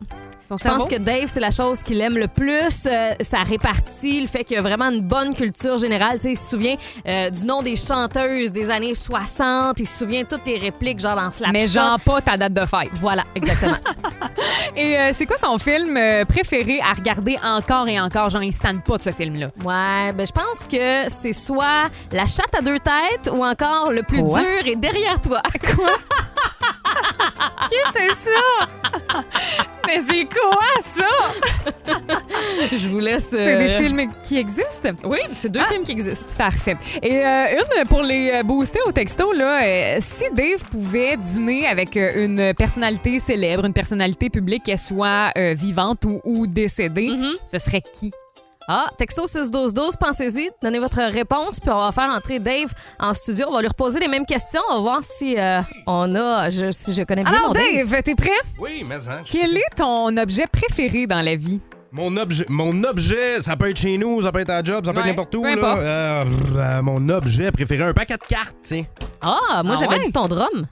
[SPEAKER 9] Son
[SPEAKER 4] je pense
[SPEAKER 9] cerveau?
[SPEAKER 4] que Dave, c'est la chose qu'il aime le plus. Euh, ça répartit le fait qu'il y a vraiment une bonne culture générale. Tu sais, il se souvient euh, du nom des chanteuses des années 60. Il se souvient toutes les répliques, genre dans Slapshot.
[SPEAKER 9] Mais genre pas ta date de fête.
[SPEAKER 4] Voilà, exactement.
[SPEAKER 9] et euh, c'est quoi son film euh, préféré à regarder encore et encore? Genre, il se tanne pas de ce film-là.
[SPEAKER 4] Ouais, ben je pense que c'est soit la chatte à deux têtes ou encore le plus
[SPEAKER 9] Quoi?
[SPEAKER 4] dur est derrière toi. Quoi?
[SPEAKER 9] Qui c'est ça? Mais c'est quoi ça?
[SPEAKER 4] Je vous laisse.
[SPEAKER 9] C'est des
[SPEAKER 4] euh,
[SPEAKER 9] films qui existent? Ah.
[SPEAKER 4] Oui, c'est deux films qui existent.
[SPEAKER 9] Parfait. Et euh, une pour les euh, booster au texto, là, euh, si Dave pouvait dîner avec euh, une personnalité célèbre, une personnalité publique, qu'elle soit euh, vivante ou, ou décédée,
[SPEAKER 4] Mm-hmm.
[SPEAKER 9] ce serait qui?
[SPEAKER 4] Ah, texto 61212, pensez-y, donnez votre réponse, puis on va faire entrer Dave en studio. On va lui reposer les mêmes questions. On va voir si euh, on a. Je, si je connais bien
[SPEAKER 9] Alors,
[SPEAKER 4] mon Dave.
[SPEAKER 9] Dave, t'es prêt?
[SPEAKER 3] Oui, mais hein, je-
[SPEAKER 9] Quel est ton objet préféré dans la vie?
[SPEAKER 3] mon, objet, mon objet, ça peut être chez nous, ça peut être à la job, ça peut
[SPEAKER 9] Ouais,
[SPEAKER 3] être n'importe où.
[SPEAKER 9] peu
[SPEAKER 3] là.
[SPEAKER 9] importe.
[SPEAKER 3] Euh, euh, mon objet préféré, un paquet de cartes, tiens.
[SPEAKER 4] Ah, moi,
[SPEAKER 3] Ah
[SPEAKER 4] j'avais
[SPEAKER 3] ouais?
[SPEAKER 4] dit ton drum.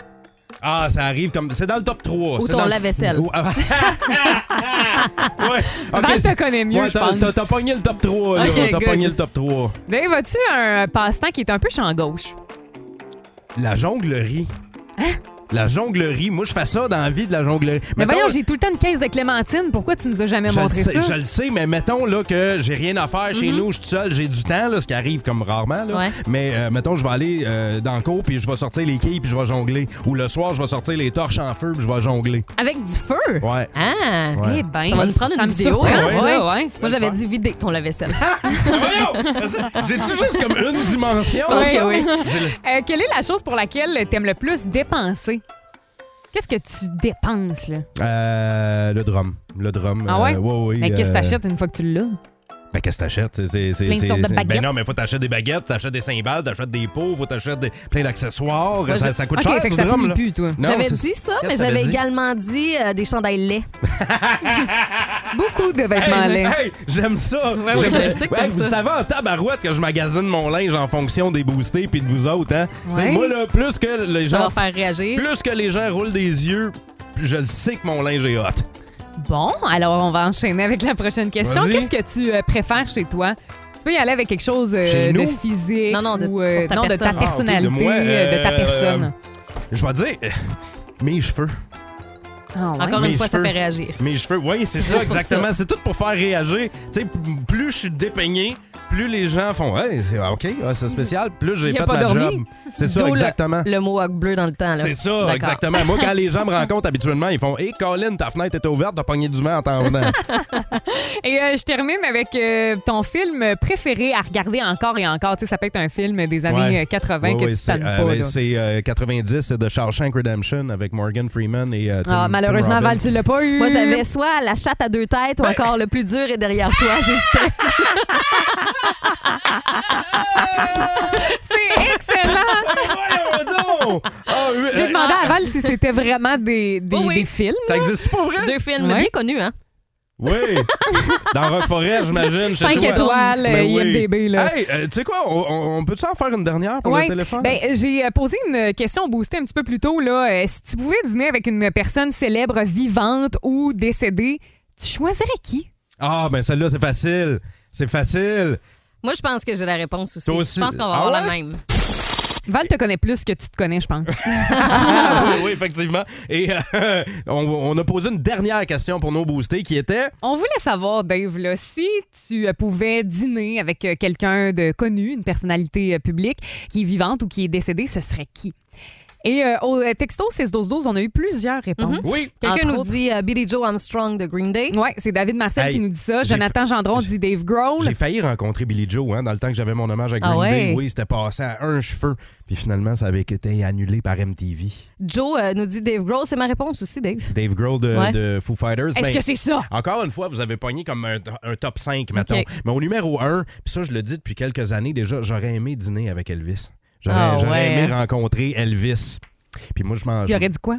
[SPEAKER 3] Ah, ça arrive comme. C'est dans le top 3.
[SPEAKER 4] Ou
[SPEAKER 3] c'est
[SPEAKER 4] ton
[SPEAKER 3] dans le-
[SPEAKER 4] lave-vaisselle.
[SPEAKER 3] Ou- Ah, ouais. ok,
[SPEAKER 9] Val te
[SPEAKER 3] c'est-
[SPEAKER 9] connaît mieux,
[SPEAKER 3] Ouais,
[SPEAKER 9] je
[SPEAKER 3] t'as-
[SPEAKER 9] pense.
[SPEAKER 3] T'as t'as pogné le top 3, là.
[SPEAKER 9] Ok,
[SPEAKER 3] t'as
[SPEAKER 9] good.
[SPEAKER 3] pogné le top 3.
[SPEAKER 9] Dave, as-tu un euh, passe-temps qui est un peu champ gauche?
[SPEAKER 3] La jonglerie. La jonglerie. Moi, je fais ça dans la vie de la jonglerie.
[SPEAKER 9] Mais
[SPEAKER 3] Mettons,
[SPEAKER 9] voyons, j'ai tout le temps une caisse de clémentine. Pourquoi tu nous as jamais
[SPEAKER 3] je le
[SPEAKER 9] montré
[SPEAKER 3] sais,
[SPEAKER 9] ça?
[SPEAKER 3] je le sais, mais mettons là, que j'ai rien à faire chez
[SPEAKER 9] Mhm.
[SPEAKER 3] nous, je suis tout seul, j'ai du temps, là, ce qui arrive comme rarement. là.
[SPEAKER 9] Ouais.
[SPEAKER 3] Mais euh, mettons, je vais aller euh, dans le cours, puis je vais sortir les quilles, puis je vais jongler. Ou le soir, je vais sortir les torches en feu, puis je vais jongler.
[SPEAKER 4] Avec du feu?
[SPEAKER 3] Ouais.
[SPEAKER 4] Ah!
[SPEAKER 3] Ouais.
[SPEAKER 4] Eh ben, ça va nous prendre
[SPEAKER 9] ça
[SPEAKER 4] une
[SPEAKER 9] me
[SPEAKER 4] vidéo.
[SPEAKER 9] surprend,
[SPEAKER 4] hein,
[SPEAKER 9] ça, ouais.
[SPEAKER 4] Moi, j'avais dit vider ton lave-vaisselle.
[SPEAKER 3] J'ai-tu juste comme une dimension?
[SPEAKER 9] Je pense que oui.
[SPEAKER 3] J'ai le-
[SPEAKER 9] Euh, quelle est la chose pour laquelle t'aimes le plus dépenser? Qu'est-ce que tu dépenses, là?
[SPEAKER 3] Euh, le drum. Le drum.
[SPEAKER 9] Ah ouais?
[SPEAKER 3] euh, ouais, oui,
[SPEAKER 9] Mais qu'est-ce que
[SPEAKER 3] euh,
[SPEAKER 9] t'achètes une fois que tu l'as?
[SPEAKER 3] Ben, qu'est-ce que t'achètes? C'est, c'est, c'est,
[SPEAKER 9] Plein de
[SPEAKER 3] c'est-
[SPEAKER 9] sortes de
[SPEAKER 3] c'est-
[SPEAKER 9] baguettes.
[SPEAKER 3] Ben non, mais faut t'acheter des baguettes, t'achètes des cymbales, t'achètes des pots, faut t'achèter des- plein d'accessoires.
[SPEAKER 9] Ouais,
[SPEAKER 3] ça,
[SPEAKER 9] je-
[SPEAKER 3] ça coûte
[SPEAKER 9] Ok,
[SPEAKER 3] cher,
[SPEAKER 9] fait que
[SPEAKER 3] du
[SPEAKER 9] ça
[SPEAKER 3] drum,
[SPEAKER 9] finit
[SPEAKER 3] là.
[SPEAKER 9] plus, toi.
[SPEAKER 3] Non,
[SPEAKER 4] J'avais
[SPEAKER 3] c'est-
[SPEAKER 4] dit ça,
[SPEAKER 3] Qu'est-ce
[SPEAKER 4] mais
[SPEAKER 3] que t'avais
[SPEAKER 4] j'avais
[SPEAKER 3] dit?
[SPEAKER 4] également dit euh, des chandails laits.
[SPEAKER 9] Beaucoup de vêtements
[SPEAKER 3] Hey,
[SPEAKER 9] laids.
[SPEAKER 3] hey, j'aime ça.
[SPEAKER 4] Ouais,
[SPEAKER 3] J'aime
[SPEAKER 4] oui, je
[SPEAKER 3] ça.
[SPEAKER 4] sais que
[SPEAKER 3] Hey,
[SPEAKER 4] t'aimes
[SPEAKER 3] vous
[SPEAKER 4] ça.
[SPEAKER 3] savez en tabarouette que je magasine mon linge en fonction des boostés puis de vous autres, hein?
[SPEAKER 4] Ouais.
[SPEAKER 3] T'sais, Moi, là, plus que les
[SPEAKER 4] Ça
[SPEAKER 3] gens.
[SPEAKER 4] va faire réagir.
[SPEAKER 3] Plus que les gens roulent des yeux, plus je le sais que mon linge est hot.
[SPEAKER 9] Bon, alors on va enchaîner avec la prochaine question.
[SPEAKER 3] Vas-y.
[SPEAKER 9] Qu'est-ce que tu euh, préfères chez toi? Tu peux y aller avec quelque chose euh,
[SPEAKER 3] Chez nous?
[SPEAKER 9] de physique
[SPEAKER 4] Non, non, de-
[SPEAKER 9] ou euh,
[SPEAKER 4] sur ta
[SPEAKER 9] non, de
[SPEAKER 4] personne. Ah,
[SPEAKER 9] ta
[SPEAKER 4] ok, de
[SPEAKER 9] personnalité,
[SPEAKER 3] moi,
[SPEAKER 9] euh, de ta
[SPEAKER 3] euh,
[SPEAKER 9] personne.
[SPEAKER 3] Je vais dire, euh, mes cheveux.
[SPEAKER 9] Ah ouais?
[SPEAKER 4] Encore
[SPEAKER 3] Mes
[SPEAKER 4] une fois, ça
[SPEAKER 3] cheveux.
[SPEAKER 4] fait réagir.
[SPEAKER 3] Mes cheveux, oui, c'est
[SPEAKER 4] Juste
[SPEAKER 3] ça,
[SPEAKER 4] pour
[SPEAKER 3] exactement. C'est tout pour faire réagir. Tu sais, p- plus je suis dépeigné, plus les gens font Hey, c'est- OK, ouais, c'est spécial, plus j'ai
[SPEAKER 4] Il a
[SPEAKER 3] fait
[SPEAKER 4] pas
[SPEAKER 3] ma
[SPEAKER 4] dormi.
[SPEAKER 3] job. C'est ça,
[SPEAKER 4] D'où le-
[SPEAKER 3] exactement.
[SPEAKER 4] Le, mohawk bleu dans le temps. là.
[SPEAKER 3] C'est
[SPEAKER 4] D'accord.
[SPEAKER 3] ça, exactement. Moi, quand les gens me rencontrent habituellement, ils font Hey, Colin, ta fenêtre était ouverte, t'as pogné du vent en t'en venant.
[SPEAKER 9] Et euh, je termine avec euh, ton film préféré à regarder encore et encore. Tu sais, ça peut être un film des années
[SPEAKER 3] Ouais.
[SPEAKER 9] euh, 80
[SPEAKER 3] Ouais,
[SPEAKER 9] que
[SPEAKER 3] ouais,
[SPEAKER 9] tu
[SPEAKER 3] c'est,
[SPEAKER 9] t'annes
[SPEAKER 3] euh,
[SPEAKER 9] pas.
[SPEAKER 3] ben,
[SPEAKER 9] là.
[SPEAKER 3] C'est euh, 90 c'est de Shawshank Redemption avec Morgan Freeman et euh, Tim-
[SPEAKER 9] Ah,
[SPEAKER 3] Tim
[SPEAKER 9] malheureusement,
[SPEAKER 3] Robbins.
[SPEAKER 9] Val, tu l'as pas eu.
[SPEAKER 4] Moi, j'avais soit la chatte à deux têtes
[SPEAKER 3] Ben.
[SPEAKER 4] ou encore le plus dur est derrière toi. J'hésitais.
[SPEAKER 9] C'est excellent!
[SPEAKER 3] Voyons donc! Ah, oui,
[SPEAKER 9] J'ai
[SPEAKER 3] euh,
[SPEAKER 9] demandé à Val si c'était vraiment des, des,
[SPEAKER 4] Oui, oui.
[SPEAKER 9] des films.
[SPEAKER 3] Ça existe pas vrai?
[SPEAKER 4] Deux films
[SPEAKER 9] Ouais.
[SPEAKER 4] bien connus, hein?
[SPEAKER 3] Oui! Dans Rock Forest, j'imagine. chez
[SPEAKER 9] 5
[SPEAKER 3] toi.
[SPEAKER 9] étoiles,
[SPEAKER 3] Ben
[SPEAKER 9] euh,
[SPEAKER 3] oui.
[SPEAKER 9] IMDB. Là.
[SPEAKER 3] Hey, euh, tu sais quoi, on, on- on peut-tu en faire une dernière pour
[SPEAKER 9] Ouais.
[SPEAKER 3] le téléphone?
[SPEAKER 9] Ben, j'ai euh, posé une question boostée un petit peu plus tôt. Là. Euh, si tu pouvais dîner avec une personne célèbre vivante ou décédée, tu choisirais qui?
[SPEAKER 3] Ah, ben celle-là, c'est facile. C'est facile.
[SPEAKER 4] Moi, je pense que j'ai la réponse aussi.
[SPEAKER 3] Toi aussi.
[SPEAKER 4] Je pense qu'on va
[SPEAKER 3] Ah
[SPEAKER 4] avoir la
[SPEAKER 3] ouais?
[SPEAKER 4] même.
[SPEAKER 9] Val te connaît plus que tu te connais, je pense.
[SPEAKER 3] Ah, oui, oui, effectivement. Et euh, on, on a posé une dernière question pour nos boostés qui était...
[SPEAKER 9] On voulait savoir, Dave, là, si tu euh, pouvais dîner avec euh, quelqu'un de connu, une personnalité euh, publique qui est vivante ou qui est décédée, ce serait qui? Et euh, au euh, texto 61212, on a eu plusieurs réponses.
[SPEAKER 4] Mhm.
[SPEAKER 3] Mm-hmm. Oui.
[SPEAKER 4] Quelqu'un
[SPEAKER 9] Entre
[SPEAKER 4] nous
[SPEAKER 9] autres-
[SPEAKER 4] dit euh, Billy Joe Armstrong de Green Day.
[SPEAKER 9] Ouais, c'est David Marcel
[SPEAKER 3] Hey,
[SPEAKER 9] qui nous dit ça.
[SPEAKER 3] j'ai
[SPEAKER 9] Jonathan Gendron dit Dave Grohl.
[SPEAKER 3] J'ai failli rencontrer Billy Joe hein, dans le temps que j'avais mon hommage à Green
[SPEAKER 4] Ah ouais?
[SPEAKER 3] Day. Oui, c'était passé à un cheveu. Puis finalement, ça avait été annulé par MTV.
[SPEAKER 4] Joe euh, nous dit Dave Grohl. C'est ma réponse aussi, Dave.
[SPEAKER 3] Dave Grohl de,
[SPEAKER 4] Ouais.
[SPEAKER 3] de Foo Fighters.
[SPEAKER 9] Est-ce
[SPEAKER 3] ben,
[SPEAKER 9] que c'est ça?
[SPEAKER 3] Encore une fois, vous avez pogné comme un, un top 5, mettons. Mais au numéro 1, puis ça, je le dis depuis quelques années déjà, j'aurais aimé dîner avec Elvis. J'aurais
[SPEAKER 9] Ah
[SPEAKER 3] j'aurais
[SPEAKER 9] ouais,
[SPEAKER 3] aimé
[SPEAKER 9] hein?
[SPEAKER 3] rencontrer Elvis. Puis moi, je m'en.
[SPEAKER 9] Tu aurais dit quoi?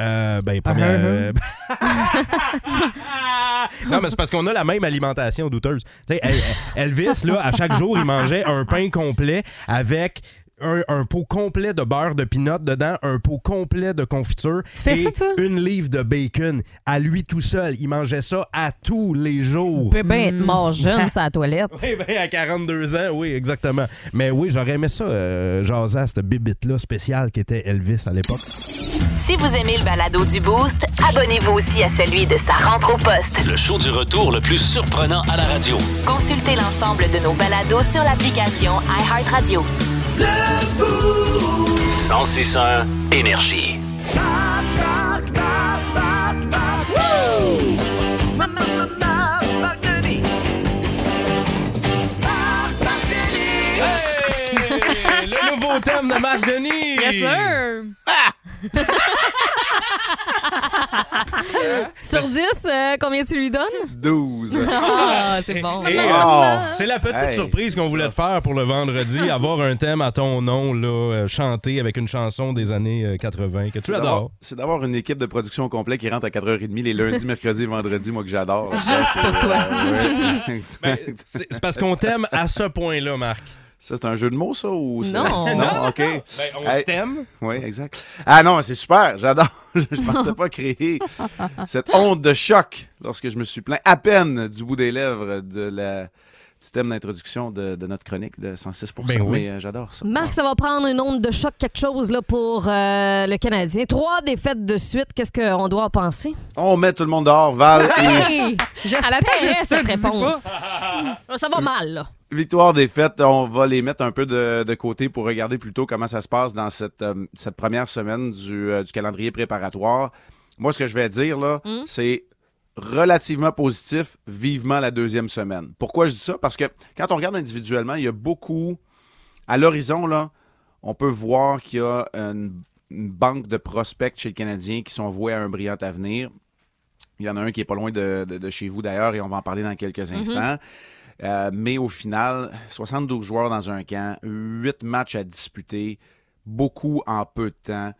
[SPEAKER 3] Euh, ben, première.
[SPEAKER 9] ah, ah.
[SPEAKER 3] euh, non, mais c'est parce qu'on a la même alimentation douteuse. Tu sais, El- Elvis, là, à chaque jour, il mangeait un pain complet avec. Un, un pot complet de beurre de pinot dedans, un pot complet de confiture
[SPEAKER 9] Tu fais
[SPEAKER 3] et
[SPEAKER 9] ça, toi?
[SPEAKER 3] une livre de bacon à lui tout seul. Il mangeait ça à tous les jours.
[SPEAKER 4] peut bien être Ben,
[SPEAKER 9] Mm.
[SPEAKER 4] mort jeune, ça, à la toilette.
[SPEAKER 3] Eh ben, à 42 ans, oui, exactement. Mais oui, j'aurais aimé ça, euh, jaser à cette bibite-là spéciale qui était Elvis à l'époque.
[SPEAKER 1] Si vous aimez le balado du Boost, abonnez-vous aussi à celui de sa rentre au poste.
[SPEAKER 2] Le show du retour le plus surprenant à la radio.
[SPEAKER 1] Consultez l'ensemble de nos balados sur l'application iHeartRadio.
[SPEAKER 2] 1061 Énergie.
[SPEAKER 3] Hey! Le nouveau thème de Marc Denis!
[SPEAKER 9] Bien sûr!
[SPEAKER 4] Sur 10, euh, combien tu lui donnes
[SPEAKER 12] 12.
[SPEAKER 4] Ah, c'est bon.
[SPEAKER 3] Et, euh,
[SPEAKER 12] Ah.
[SPEAKER 3] c'est la petite
[SPEAKER 12] Hey,
[SPEAKER 3] surprise qu'on voulait te faire pour le vendredi, avoir un thème à ton nom, là, euh, chanté avec une chanson des années euh, 80 que tu
[SPEAKER 12] C'est d'avoir-
[SPEAKER 3] adores.
[SPEAKER 12] C'est d'avoir une équipe de production complète qui rentre à 4h30 les lundis, mercredis, vendredis, moi que j'adore.
[SPEAKER 4] Juste pour toi.
[SPEAKER 12] Euh, ouais, exact.
[SPEAKER 3] C'est c'est parce qu'on t'aime à ce point-là, Marc.
[SPEAKER 12] Ça, c'est un jeu de mots, ça? Ou c'est-
[SPEAKER 4] Non.
[SPEAKER 12] non, OK.
[SPEAKER 3] Ben, on
[SPEAKER 12] Hey.
[SPEAKER 3] t'aime.
[SPEAKER 12] Oui, exact. Ah non, c'est super, j'adore. je pensais pas créer cette onde de choc lorsque je me suis plaint à peine du bout des lèvres de la petit thème d'introduction de, de notre chronique de 106
[SPEAKER 3] Ben oui.
[SPEAKER 12] mais euh, j'adore ça.
[SPEAKER 4] Marc, ça va prendre une onde de choc, quelque chose là, pour euh, le Canadien. Trois défaites de suite, qu'est-ce qu'on doit en penser?
[SPEAKER 12] On met tout le monde dehors, Val. et-
[SPEAKER 4] Hey! J'espérais
[SPEAKER 9] tête, je
[SPEAKER 4] cette
[SPEAKER 9] sais, dis
[SPEAKER 4] réponse. Ça va mal, là.
[SPEAKER 12] Victoire, défaite, on va les mettre un peu de, de côté pour regarder plutôt comment ça se passe dans cette, euh, cette première semaine du, euh, du calendrier préparatoire. Moi, ce que je vais dire, là, c'est relativement positif, vivement la deuxième semaine. Pourquoi je dis ça? Parce que quand on regarde individuellement, il y a beaucoup... À l'horizon, là, on peut voir qu'il y a une, une banque de prospects chez le Canadien qui sont voués à un brillant avenir. Il y en a un qui est pas loin de, de- de chez vous d'ailleurs et on va en parler dans quelques
[SPEAKER 13] Mhm.
[SPEAKER 12] instants. Euh, mais au final, 72 joueurs dans un camp, 8 matchs à disputer, beaucoup en peu de temps.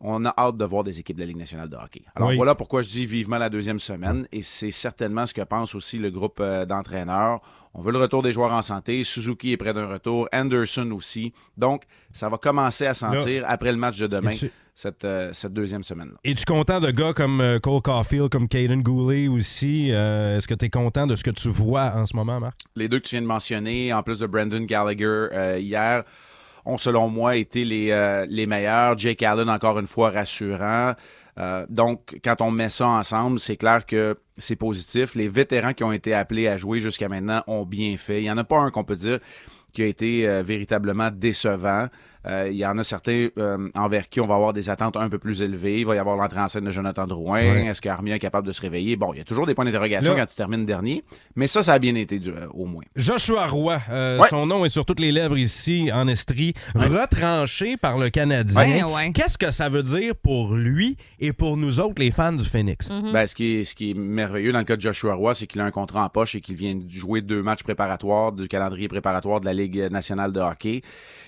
[SPEAKER 12] On a hâte de voir des équipes de la Ligue nationale de hockey. Alors
[SPEAKER 13] Oui.
[SPEAKER 12] voilà pourquoi je dis vivement la deuxième semaine et c'est certainement ce que pense aussi le groupe euh, d'entraîneurs. On veut le retour des joueurs en santé. Suzuki est près d'un retour, Anderson aussi. Donc, ça va commencer à sentir après le match de demain,
[SPEAKER 3] Et tu-
[SPEAKER 12] cette, euh, cette deuxième semaine-là.
[SPEAKER 3] Es-tu content de gars comme euh, Cole Caulfield, comme Caden Goulet aussi? Euh, Est-ce que tu es content de ce que tu vois en ce moment, Marc?
[SPEAKER 12] les deux que tu viens de mentionner, en plus de Brandon Gallagher euh, hier, ont selon moi été les, euh, les meilleurs. Jake Allen, encore une fois, rassurant. Euh, donc, quand on met ça ensemble, c'est clair que c'est positif. Les vétérans qui ont été appelés à jouer jusqu'à maintenant ont bien fait. Il n'y en a pas un qu'on peut dire qui a été euh, véritablement décevant. Euh, il y en a certains euh, envers qui on va avoir des attentes un peu plus élevées. Il va y avoir l'entrée en scène de Jonathan Drouin.
[SPEAKER 3] Ouais.
[SPEAKER 12] Est-ce qu'Armia est capable de se réveiller? Bon, il y a toujours des points d'interrogation
[SPEAKER 3] Là-
[SPEAKER 12] quand tu termines dernier, mais ça, ça a bien été du- euh, au moins.
[SPEAKER 3] Joshua Roy, euh,
[SPEAKER 12] Ouais.
[SPEAKER 3] son nom est sur toutes les lèvres ici en Estrie, retranché par le Canadien.
[SPEAKER 12] Ouais, ouais.
[SPEAKER 3] Qu'est-ce que ça veut dire pour lui et pour nous autres, les fans du Phoenix?
[SPEAKER 12] Ben, ce, qui est, ce qui est merveilleux dans le cas de Joshua Roy, c'est qu'il a un contrat en poche et qu'il vient de jouer deux matchs préparatoires du calendrier préparatoire de la Ligue nationale de hockey.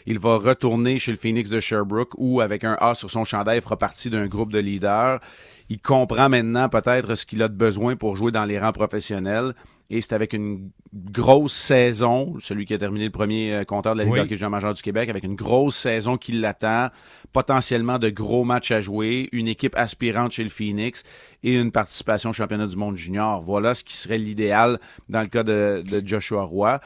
[SPEAKER 12] Il va retourner chez le Phoenix de Sherbrooke où, avec un A sur son chandail, il fera partie d'un groupe de leaders. Il comprend maintenant peut-être ce qu'il a de besoin pour jouer dans les rangs professionnels. Et c'est avec une grosse saison, celui qui a terminé le premier euh, compteur de la Ligue
[SPEAKER 3] Oui.
[SPEAKER 12] de hockey junior majeur du Québec, avec une grosse saison qui l'attend, potentiellement de gros matchs à jouer, une équipe aspirante chez le Phoenix et une participation au championnat du monde junior. Voilà ce qui serait l'idéal dans le cas de, de Joshua Roy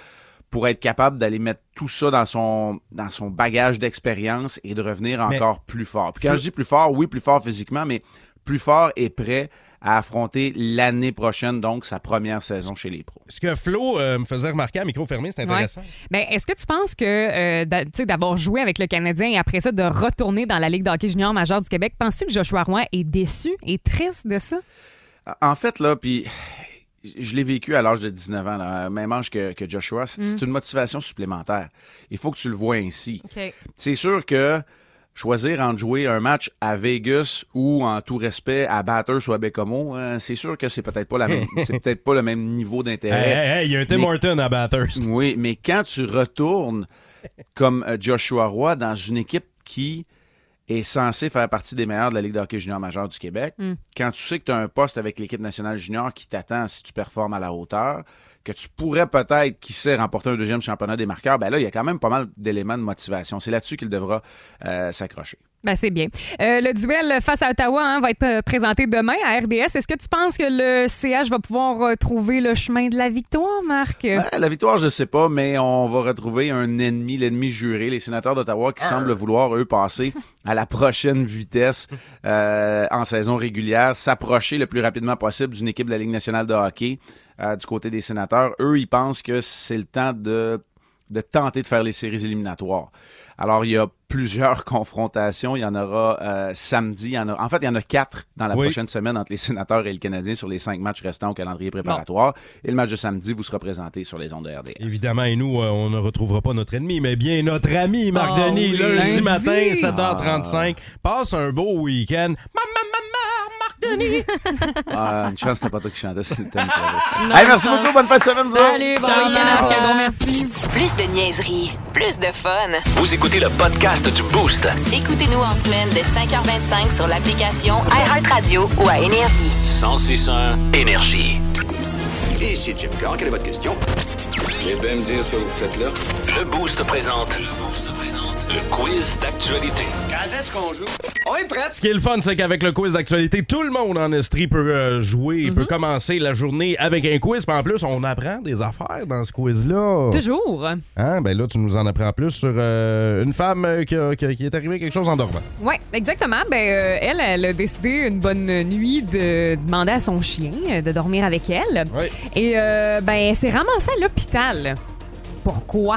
[SPEAKER 12] pour être capable d'aller mettre tout ça dans son, dans son bagage d'expérience et de revenir
[SPEAKER 3] Mais-
[SPEAKER 12] encore plus fort. Puis quand
[SPEAKER 3] Feu-
[SPEAKER 12] je dis plus fort, oui, plus fort physiquement, mais plus fort et prêt à affronter l'année prochaine, donc sa première saison chez les pros.
[SPEAKER 3] Ce que Flo euh, me faisait remarquer à micro fermé, c'est intéressant.
[SPEAKER 9] Ouais. Ben, est-ce que tu penses que euh, d'a- tu sais, d'avoir joué avec le Canadien et après ça de retourner dans la Ligue d'hockey junior majeure du Québec, penses-tu que Joshua Roy est déçu et triste de ça?
[SPEAKER 12] En fait, là, puis je l'ai vécu à l'âge de 19 ans, là, même âge que, que Joshua, c'est
[SPEAKER 13] Mm.
[SPEAKER 12] une motivation supplémentaire. Il faut que tu le vois ainsi. C'est sûr que choisir entre jouer un match à Vegas ou en tout respect à Batters ou à Bécomo, euh, c'est sûr que c'est peut-être pas la même- c'est peut-être pas le même niveau d'intérêt.
[SPEAKER 3] Hey, hey, hey, il y a un Tim
[SPEAKER 12] Mais-
[SPEAKER 3] Horton à Bathurst.
[SPEAKER 12] Oui, mais quand tu retournes comme euh, Joshua Roy dans une équipe qui est censée faire partie des meilleurs de la Ligue de hockey junior majeure du Québec,
[SPEAKER 13] Mm.
[SPEAKER 12] quand tu sais que tu as un poste avec l'équipe nationale junior qui t'attend si tu performes à la hauteur, que tu pourrais peut-être, qui sait, remporter un deuxième championnat des marqueurs, ben là, il y a quand même pas mal d'éléments de motivation. C'est là-dessus qu'il devra euh, s'accrocher.
[SPEAKER 9] Ben, c'est bien. Euh, le duel face à Ottawa hein, va être euh, présenté demain à RDS. Est-ce que tu penses que le CH va pouvoir euh, trouver le chemin de la victoire, Marc?
[SPEAKER 12] Ben, la victoire, je sais pas, mais on va retrouver un ennemi, l'ennemi juré, les sénateurs d'Ottawa qui semblent vouloir, eux, passer à la prochaine vitesse euh, en saison régulière, s'approcher le plus rapidement possible d'une équipe de la Ligue nationale de hockey euh, du côté des sénateurs. Eux, ils pensent que c'est le temps de de tenter de faire les séries éliminatoires. Alors, il y a plusieurs confrontations. Il y en aura euh, samedi. Il y en, a, en fait, il y en a quatre dans la
[SPEAKER 3] Oui.
[SPEAKER 12] prochaine semaine entre les sénateurs et le Canadien sur les cinq matchs restants au calendrier préparatoire. Et le match de samedi vous sera présenté sur les ondes de RDS.
[SPEAKER 3] Évidemment, et nous, euh, on ne retrouvera pas notre ennemi, mais bien notre ami Marc
[SPEAKER 12] Ah
[SPEAKER 3] Denis,
[SPEAKER 12] oui,
[SPEAKER 3] lundi,
[SPEAKER 12] lundi. Ah.
[SPEAKER 3] matin, 7h35. Passe un beau week-end. Maman, maman, Marc Denis!
[SPEAKER 12] Ah, une chance, c'était pas toi qui chantais, c'est le thème.
[SPEAKER 1] Non,
[SPEAKER 12] Hey, merci
[SPEAKER 1] chance.
[SPEAKER 12] beaucoup. Bonne fin de semaine, vous autres.
[SPEAKER 1] Salut, bon
[SPEAKER 2] Ciao,
[SPEAKER 1] week-end à
[SPEAKER 2] Marc.
[SPEAKER 1] toi.
[SPEAKER 2] Un gros
[SPEAKER 1] Plus de niaiserie, plus de fun.
[SPEAKER 2] Vous écoutez le podcast du Boost.
[SPEAKER 1] Écoutez-nous en semaine de 5h25 sur l'application iHeartRadio ou à Énergie.
[SPEAKER 2] 1061 Énergie.
[SPEAKER 14] Ici Jim Carr, quelle est votre question?
[SPEAKER 2] Les bien me dire ce que vous faites là. Le Boost présente. Le Boost présente. le quiz d'actualité. Quand est-ce qu'on joue? On est prêts!
[SPEAKER 3] Ce qui est le fun, c'est qu'avec le quiz d'actualité, tout le monde en Estrie peut euh, jouer, Il
[SPEAKER 9] Mhm.
[SPEAKER 3] peut commencer la journée avec un quiz. Puis en plus, on apprend des affaires dans ce quiz-là.
[SPEAKER 9] Toujours.
[SPEAKER 3] Hein? Ben là, tu nous en apprends plus sur euh, une femme euh, qui, a- qui a- qui est arrivée quelque chose en dormant.
[SPEAKER 9] Oui, exactement. Ben, euh, elle, elle a décidé une bonne nuit de demander à son chien euh, de dormir avec elle. Et euh, ben, elle s'est ramassée à l'hôpital. Pourquoi?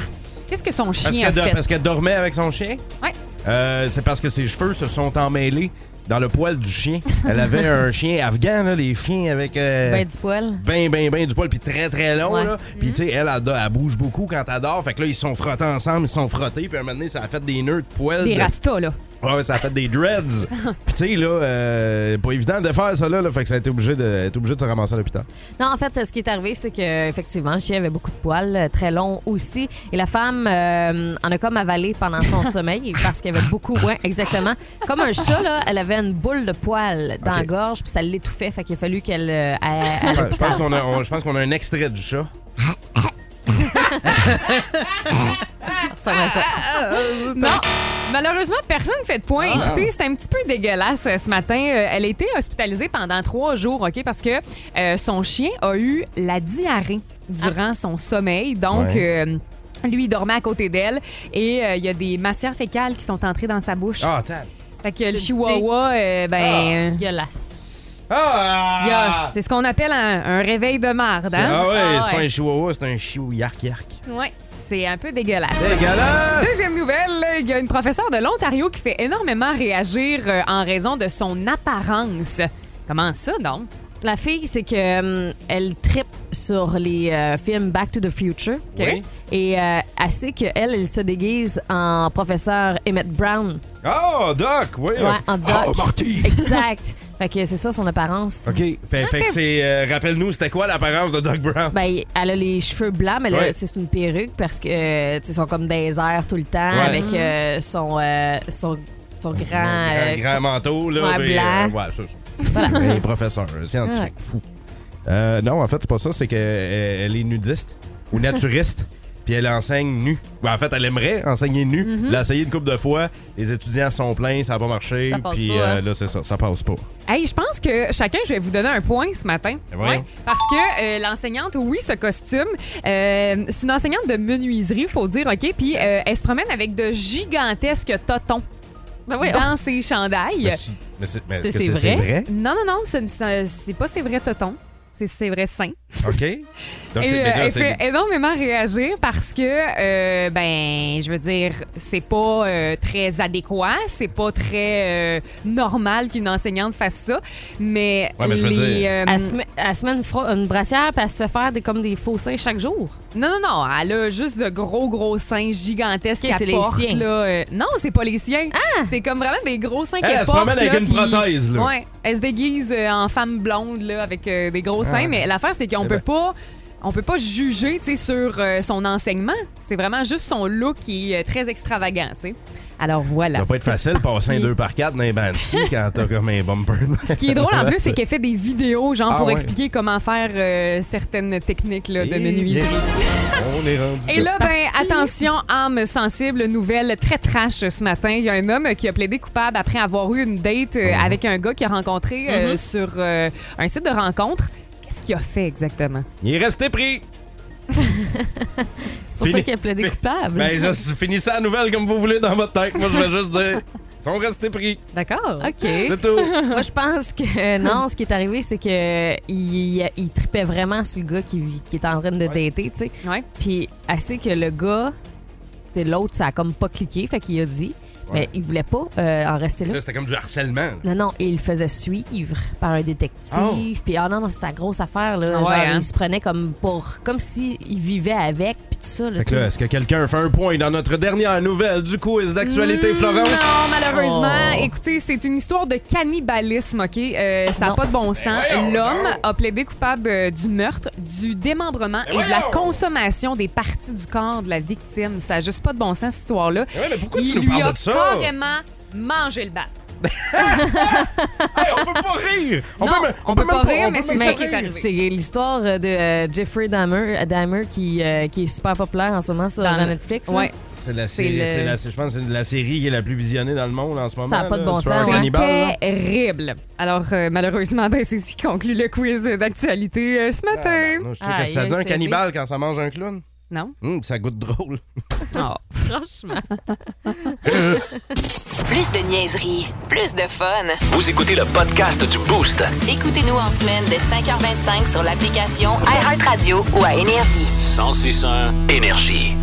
[SPEAKER 9] Qu'est-ce que son chien
[SPEAKER 3] Parce
[SPEAKER 9] a
[SPEAKER 3] qu'elle do-
[SPEAKER 9] fait?
[SPEAKER 3] parce qu'elle dormait avec son chien?
[SPEAKER 9] Ouais.
[SPEAKER 3] Euh, c'est parce que ses cheveux se sont emmêlés dans le poil du chien. Elle avait un chien afghan, là, les chiens avec. euh,
[SPEAKER 4] Ben du poil.
[SPEAKER 3] ben, ben, ben du poil, puis très, très long.
[SPEAKER 4] Ouais.
[SPEAKER 3] Là. Puis, tu sais, elle, elle, do- elle bouge beaucoup quand elle dort. Fait que là, ils se sont frottés ensemble, ils se sont frottés. Puis, un moment donné, ça a fait des nœuds de poils.
[SPEAKER 9] Des
[SPEAKER 3] de-
[SPEAKER 9] rastas, là.
[SPEAKER 3] Ouais, ouais, ça a fait des dreads. puis, tu sais, là, euh, pas évident de faire ça, là. là. fait que ça a été obligé de, elle a été obligé de se ramasser à l'hôpital.
[SPEAKER 4] Non, en fait, ce qui est arrivé, c'est que effectivement, le chien avait beaucoup de poils, euh, très long aussi, et la femme euh, en a comme avalé pendant son sommeil parce qu'il y avait beaucoup, ouais, exactement. Comme un chat, là, elle avait une boule de poils dans la gorge, puis ça l'étouffait, fait qu'il a fallu qu'elle euh, aille à
[SPEAKER 3] Ouais, Je pense
[SPEAKER 4] l'hôpital.
[SPEAKER 3] qu'on a, on- je pense qu'on a un extrait du chat.
[SPEAKER 4] Ça va, ça.
[SPEAKER 3] Ah!
[SPEAKER 9] Non. Malheureusement, personne ne fait de point.
[SPEAKER 4] Ah.
[SPEAKER 9] Écoutez, c'est un petit peu dégueulasse euh, ce matin. Euh, Elle a été hospitalisée pendant trois jours, OK, parce que euh, son chien a eu la diarrhée
[SPEAKER 3] Ah.
[SPEAKER 9] durant son sommeil. Donc,
[SPEAKER 13] Ouais.
[SPEAKER 9] euh, lui, il dormait à côté d'elle et euh, il y a des matières fécales qui sont entrées dans sa bouche.
[SPEAKER 13] Ah, attends.
[SPEAKER 9] Fait que le chihuahua, euh, ben. euh, il y a- C'est ce qu'on appelle un, un réveil de marde.
[SPEAKER 3] Ah. C'est-
[SPEAKER 9] hein?
[SPEAKER 3] Ah ouais, c'est pas
[SPEAKER 9] ouais.
[SPEAKER 3] un chihuahua, c'est un chiou yark yark.
[SPEAKER 9] Ouais, c'est un peu dégueulasse.
[SPEAKER 3] Dégueulasse!
[SPEAKER 9] Deuxième nouvelle, il y a une professeure de l'Ontario qui fait énormément réagir euh, en raison de son apparence. Comment ça, donc?
[SPEAKER 4] La fille, c'est que hum, elle tripe sur les euh, films Back to the Future.
[SPEAKER 9] Oui.
[SPEAKER 4] Et euh, elle sait qu'elle, elle se déguise en professeur Emmett Brown.
[SPEAKER 3] Ah, Doc, oui.
[SPEAKER 4] Ouais, en doc.
[SPEAKER 3] Oh, Marty!
[SPEAKER 4] Exact. fait que c'est ça son apparence.
[SPEAKER 3] OK. Fait, fait que c'est. euh, Rappelle-nous, c'était quoi l'apparence de Doc Brown?
[SPEAKER 4] Ben, elle a les cheveux blancs, mais là,
[SPEAKER 3] Ouais.
[SPEAKER 4] tu sais, c'est une perruque parce que euh, tu sais, ils sont comme des airs tout le temps
[SPEAKER 3] Ouais.
[SPEAKER 4] avec euh, son, euh, son, son grand.
[SPEAKER 9] Ah,
[SPEAKER 3] Un
[SPEAKER 4] euh,
[SPEAKER 3] grand manteau, là.
[SPEAKER 4] ouais,
[SPEAKER 3] puis, euh,
[SPEAKER 4] blanc.
[SPEAKER 3] ouais, c'est ça.
[SPEAKER 4] Voilà.
[SPEAKER 3] Ben, professeur, euh, scientifique,
[SPEAKER 4] Ouais.
[SPEAKER 3] fou. Euh, non, en fait, c'est pas ça, c'est qu'elle elle est nudiste ou naturiste. Puis elle enseigne nue. Ben, en fait, elle aimerait enseigner nue.
[SPEAKER 9] Mhm.
[SPEAKER 3] L'a essayé une couple de fois. Les étudiants sont pleins, ça n'a pas marché.
[SPEAKER 9] Ça passe
[SPEAKER 3] Puis
[SPEAKER 9] pas, hein.
[SPEAKER 3] euh, là, c'est ça, ça passe pas.
[SPEAKER 9] Hey, je pense que chacun, je vais vous donner un point ce matin.
[SPEAKER 3] Ben voyons.
[SPEAKER 9] Parce que euh, l'enseignante, oui, ce costume, euh, c'est une enseignante de menuiserie, faut dire, OK? Puis euh, elle se promène avec de gigantesques totons dans ses chandails.
[SPEAKER 3] Mais c'est- mais c'est mais est-ce
[SPEAKER 9] Ça,
[SPEAKER 3] que Ben, c'est c'est vrai?
[SPEAKER 9] Non, non, non, ce- ce- c'est pas ses vrais totons. C'est ses vrais seins.
[SPEAKER 3] OK. Donc,
[SPEAKER 9] Et,
[SPEAKER 3] c'est-
[SPEAKER 9] euh,
[SPEAKER 3] mais là,
[SPEAKER 9] elle
[SPEAKER 3] c'est-
[SPEAKER 9] fait énormément réagir parce que, euh, ben, je veux dire, c'est pas euh, très adéquat, c'est pas très euh, normal qu'une enseignante fasse ça, mais,
[SPEAKER 4] Ouais, mais je veux
[SPEAKER 9] les,
[SPEAKER 4] dire-
[SPEAKER 9] euh,
[SPEAKER 3] Hum.
[SPEAKER 4] Elle se met- elle se met une, fra- une brassière puis elle se fait faire des, comme des faux seins chaque jour.
[SPEAKER 9] Non, non, non, elle a juste de gros, gros seins gigantesques
[SPEAKER 4] Ok, c'est
[SPEAKER 9] qu'elle
[SPEAKER 4] les
[SPEAKER 9] porte.
[SPEAKER 4] siens. Ah!
[SPEAKER 9] Là, euh, non, c'est pas les siens. C'est comme vraiment des gros seins
[SPEAKER 3] Elle,
[SPEAKER 9] qu'elle
[SPEAKER 3] Eh, elle se
[SPEAKER 9] porte.
[SPEAKER 3] promène avec
[SPEAKER 9] là,
[SPEAKER 3] une
[SPEAKER 9] puis-
[SPEAKER 3] prothèse, là.
[SPEAKER 9] Ouais, elle se déguise euh, en femme blonde là, avec euh, des gros seins,
[SPEAKER 3] Ah.
[SPEAKER 9] mais l'affaire, c'est qu'on
[SPEAKER 3] Eh
[SPEAKER 9] peut
[SPEAKER 3] ben.
[SPEAKER 9] pas... On peut pas juger tu sais, sur euh, son enseignement. C'est vraiment juste son look qui est euh, très extravagant. tu sais. Alors voilà.
[SPEAKER 3] Ça va pas être
[SPEAKER 9] c'est
[SPEAKER 3] facile de passer un
[SPEAKER 9] particulier.
[SPEAKER 3] 2 par 4 dans les Banshee quand t'as comme un bumper.
[SPEAKER 9] Ce qui est drôle en plus, c'est qu'elle fait des vidéos genre
[SPEAKER 3] Ah
[SPEAKER 9] pour
[SPEAKER 3] ouais. Eh,
[SPEAKER 9] expliquer comment faire euh, certaines techniques là, de menuiserie.
[SPEAKER 3] On est rendu.
[SPEAKER 9] Et là,
[SPEAKER 3] ça.
[SPEAKER 9] ben, attention, âme sensible, nouvelle très trash ce matin. Il y a un homme qui a plaidé coupable après avoir eu une date euh, avec un gars qu'il a rencontré euh,
[SPEAKER 3] Mhm.
[SPEAKER 9] sur euh, un site de rencontre. Qu'est-ce qu'il a fait exactement?
[SPEAKER 3] Il est resté pris.
[SPEAKER 4] C'est pour ça qu'elle plaidait coupable.
[SPEAKER 3] Ben, je finis ça la nouvelle comme vous voulez dans votre tête. Moi, je vais juste dire. Ils sont restés pris.
[SPEAKER 9] D'accord.
[SPEAKER 4] OK.
[SPEAKER 3] C'est tout.
[SPEAKER 4] Moi, je pense que euh, non, ce qui est arrivé, c'est que il, il tripait vraiment sur le gars qui, qui est en train de dater, tu sais. Puis elle sait que le gars, tu sais, l'autre, ça a comme pas cliqué, fait qu'il a dit. Mais
[SPEAKER 3] Ouais.
[SPEAKER 4] il voulait pas euh, en rester là.
[SPEAKER 3] Là, c'était comme du harcèlement. là.
[SPEAKER 4] Non, non, et il le faisait suivre par un détective.
[SPEAKER 3] Oh.
[SPEAKER 4] Puis, ah non, non, c'est sa grosse affaire, là.
[SPEAKER 9] Ah ouais,
[SPEAKER 4] Genre,
[SPEAKER 9] hein?
[SPEAKER 4] il se prenait comme pour. Comme s'il vivait avec, puis tout ça, là.
[SPEAKER 3] Fait
[SPEAKER 4] tu
[SPEAKER 3] que là,
[SPEAKER 4] sais.
[SPEAKER 3] est-ce que quelqu'un fait un point dans notre dernière nouvelle du quiz d'actualité, Florence?
[SPEAKER 9] Mm, Non, malheureusement.
[SPEAKER 3] Oh.
[SPEAKER 9] Écoutez, c'est une histoire de cannibalisme, OK? Euh, ça n'a pas de bon
[SPEAKER 3] Ben
[SPEAKER 9] sens. L'homme a plaidé coupable euh, du meurtre, du démembrement
[SPEAKER 3] Ben
[SPEAKER 9] et de la consommation des parties du corps de la victime. Ça n'a juste pas de bon sens, cette histoire-là.
[SPEAKER 3] Ben Mais pourquoi
[SPEAKER 9] Il
[SPEAKER 3] tu nous
[SPEAKER 9] lui
[SPEAKER 3] parles
[SPEAKER 9] a
[SPEAKER 3] de ça?
[SPEAKER 9] carrément mangé le bat.
[SPEAKER 3] on peut pas rire! On
[SPEAKER 4] Non,
[SPEAKER 3] peut même- on peut même
[SPEAKER 4] pas
[SPEAKER 3] pas-
[SPEAKER 4] rire,
[SPEAKER 3] on
[SPEAKER 4] mais
[SPEAKER 3] peut
[SPEAKER 4] c'est
[SPEAKER 3] même
[SPEAKER 4] ça
[SPEAKER 3] pas
[SPEAKER 4] qui est
[SPEAKER 3] rire.
[SPEAKER 4] arrivé. C'est l'histoire de euh, Jeffrey Dahmer, Dahmer qui, euh, qui est super populaire en ce moment sur la Netflix. là.
[SPEAKER 3] C'est la
[SPEAKER 4] C'est
[SPEAKER 3] série,
[SPEAKER 4] le-
[SPEAKER 3] c'est la- je pense que c'est la série qui est la plus visionnée dans le monde en ce moment.
[SPEAKER 9] Ça n'a pas
[SPEAKER 3] là,
[SPEAKER 9] de bon
[SPEAKER 3] Tueur
[SPEAKER 9] sens.
[SPEAKER 3] cannibale, là.
[SPEAKER 9] Terrible. Alors, euh, malheureusement, ben, c'est ce qui conclut le quiz d'actualité euh, ce matin.
[SPEAKER 3] Ah, Non, je sais que ça dit un cannibale quand ça mange un clown.
[SPEAKER 9] Non.
[SPEAKER 3] Hum, ça goûte drôle.
[SPEAKER 9] Ah.
[SPEAKER 1] Franchement. plus de niaiserie, plus de fun.
[SPEAKER 2] Vous écoutez le podcast du Boost.
[SPEAKER 1] Écoutez-nous en semaine de 5h25 sur l'application iHeartRadio ou à Énergie.
[SPEAKER 2] 1061 Énergie.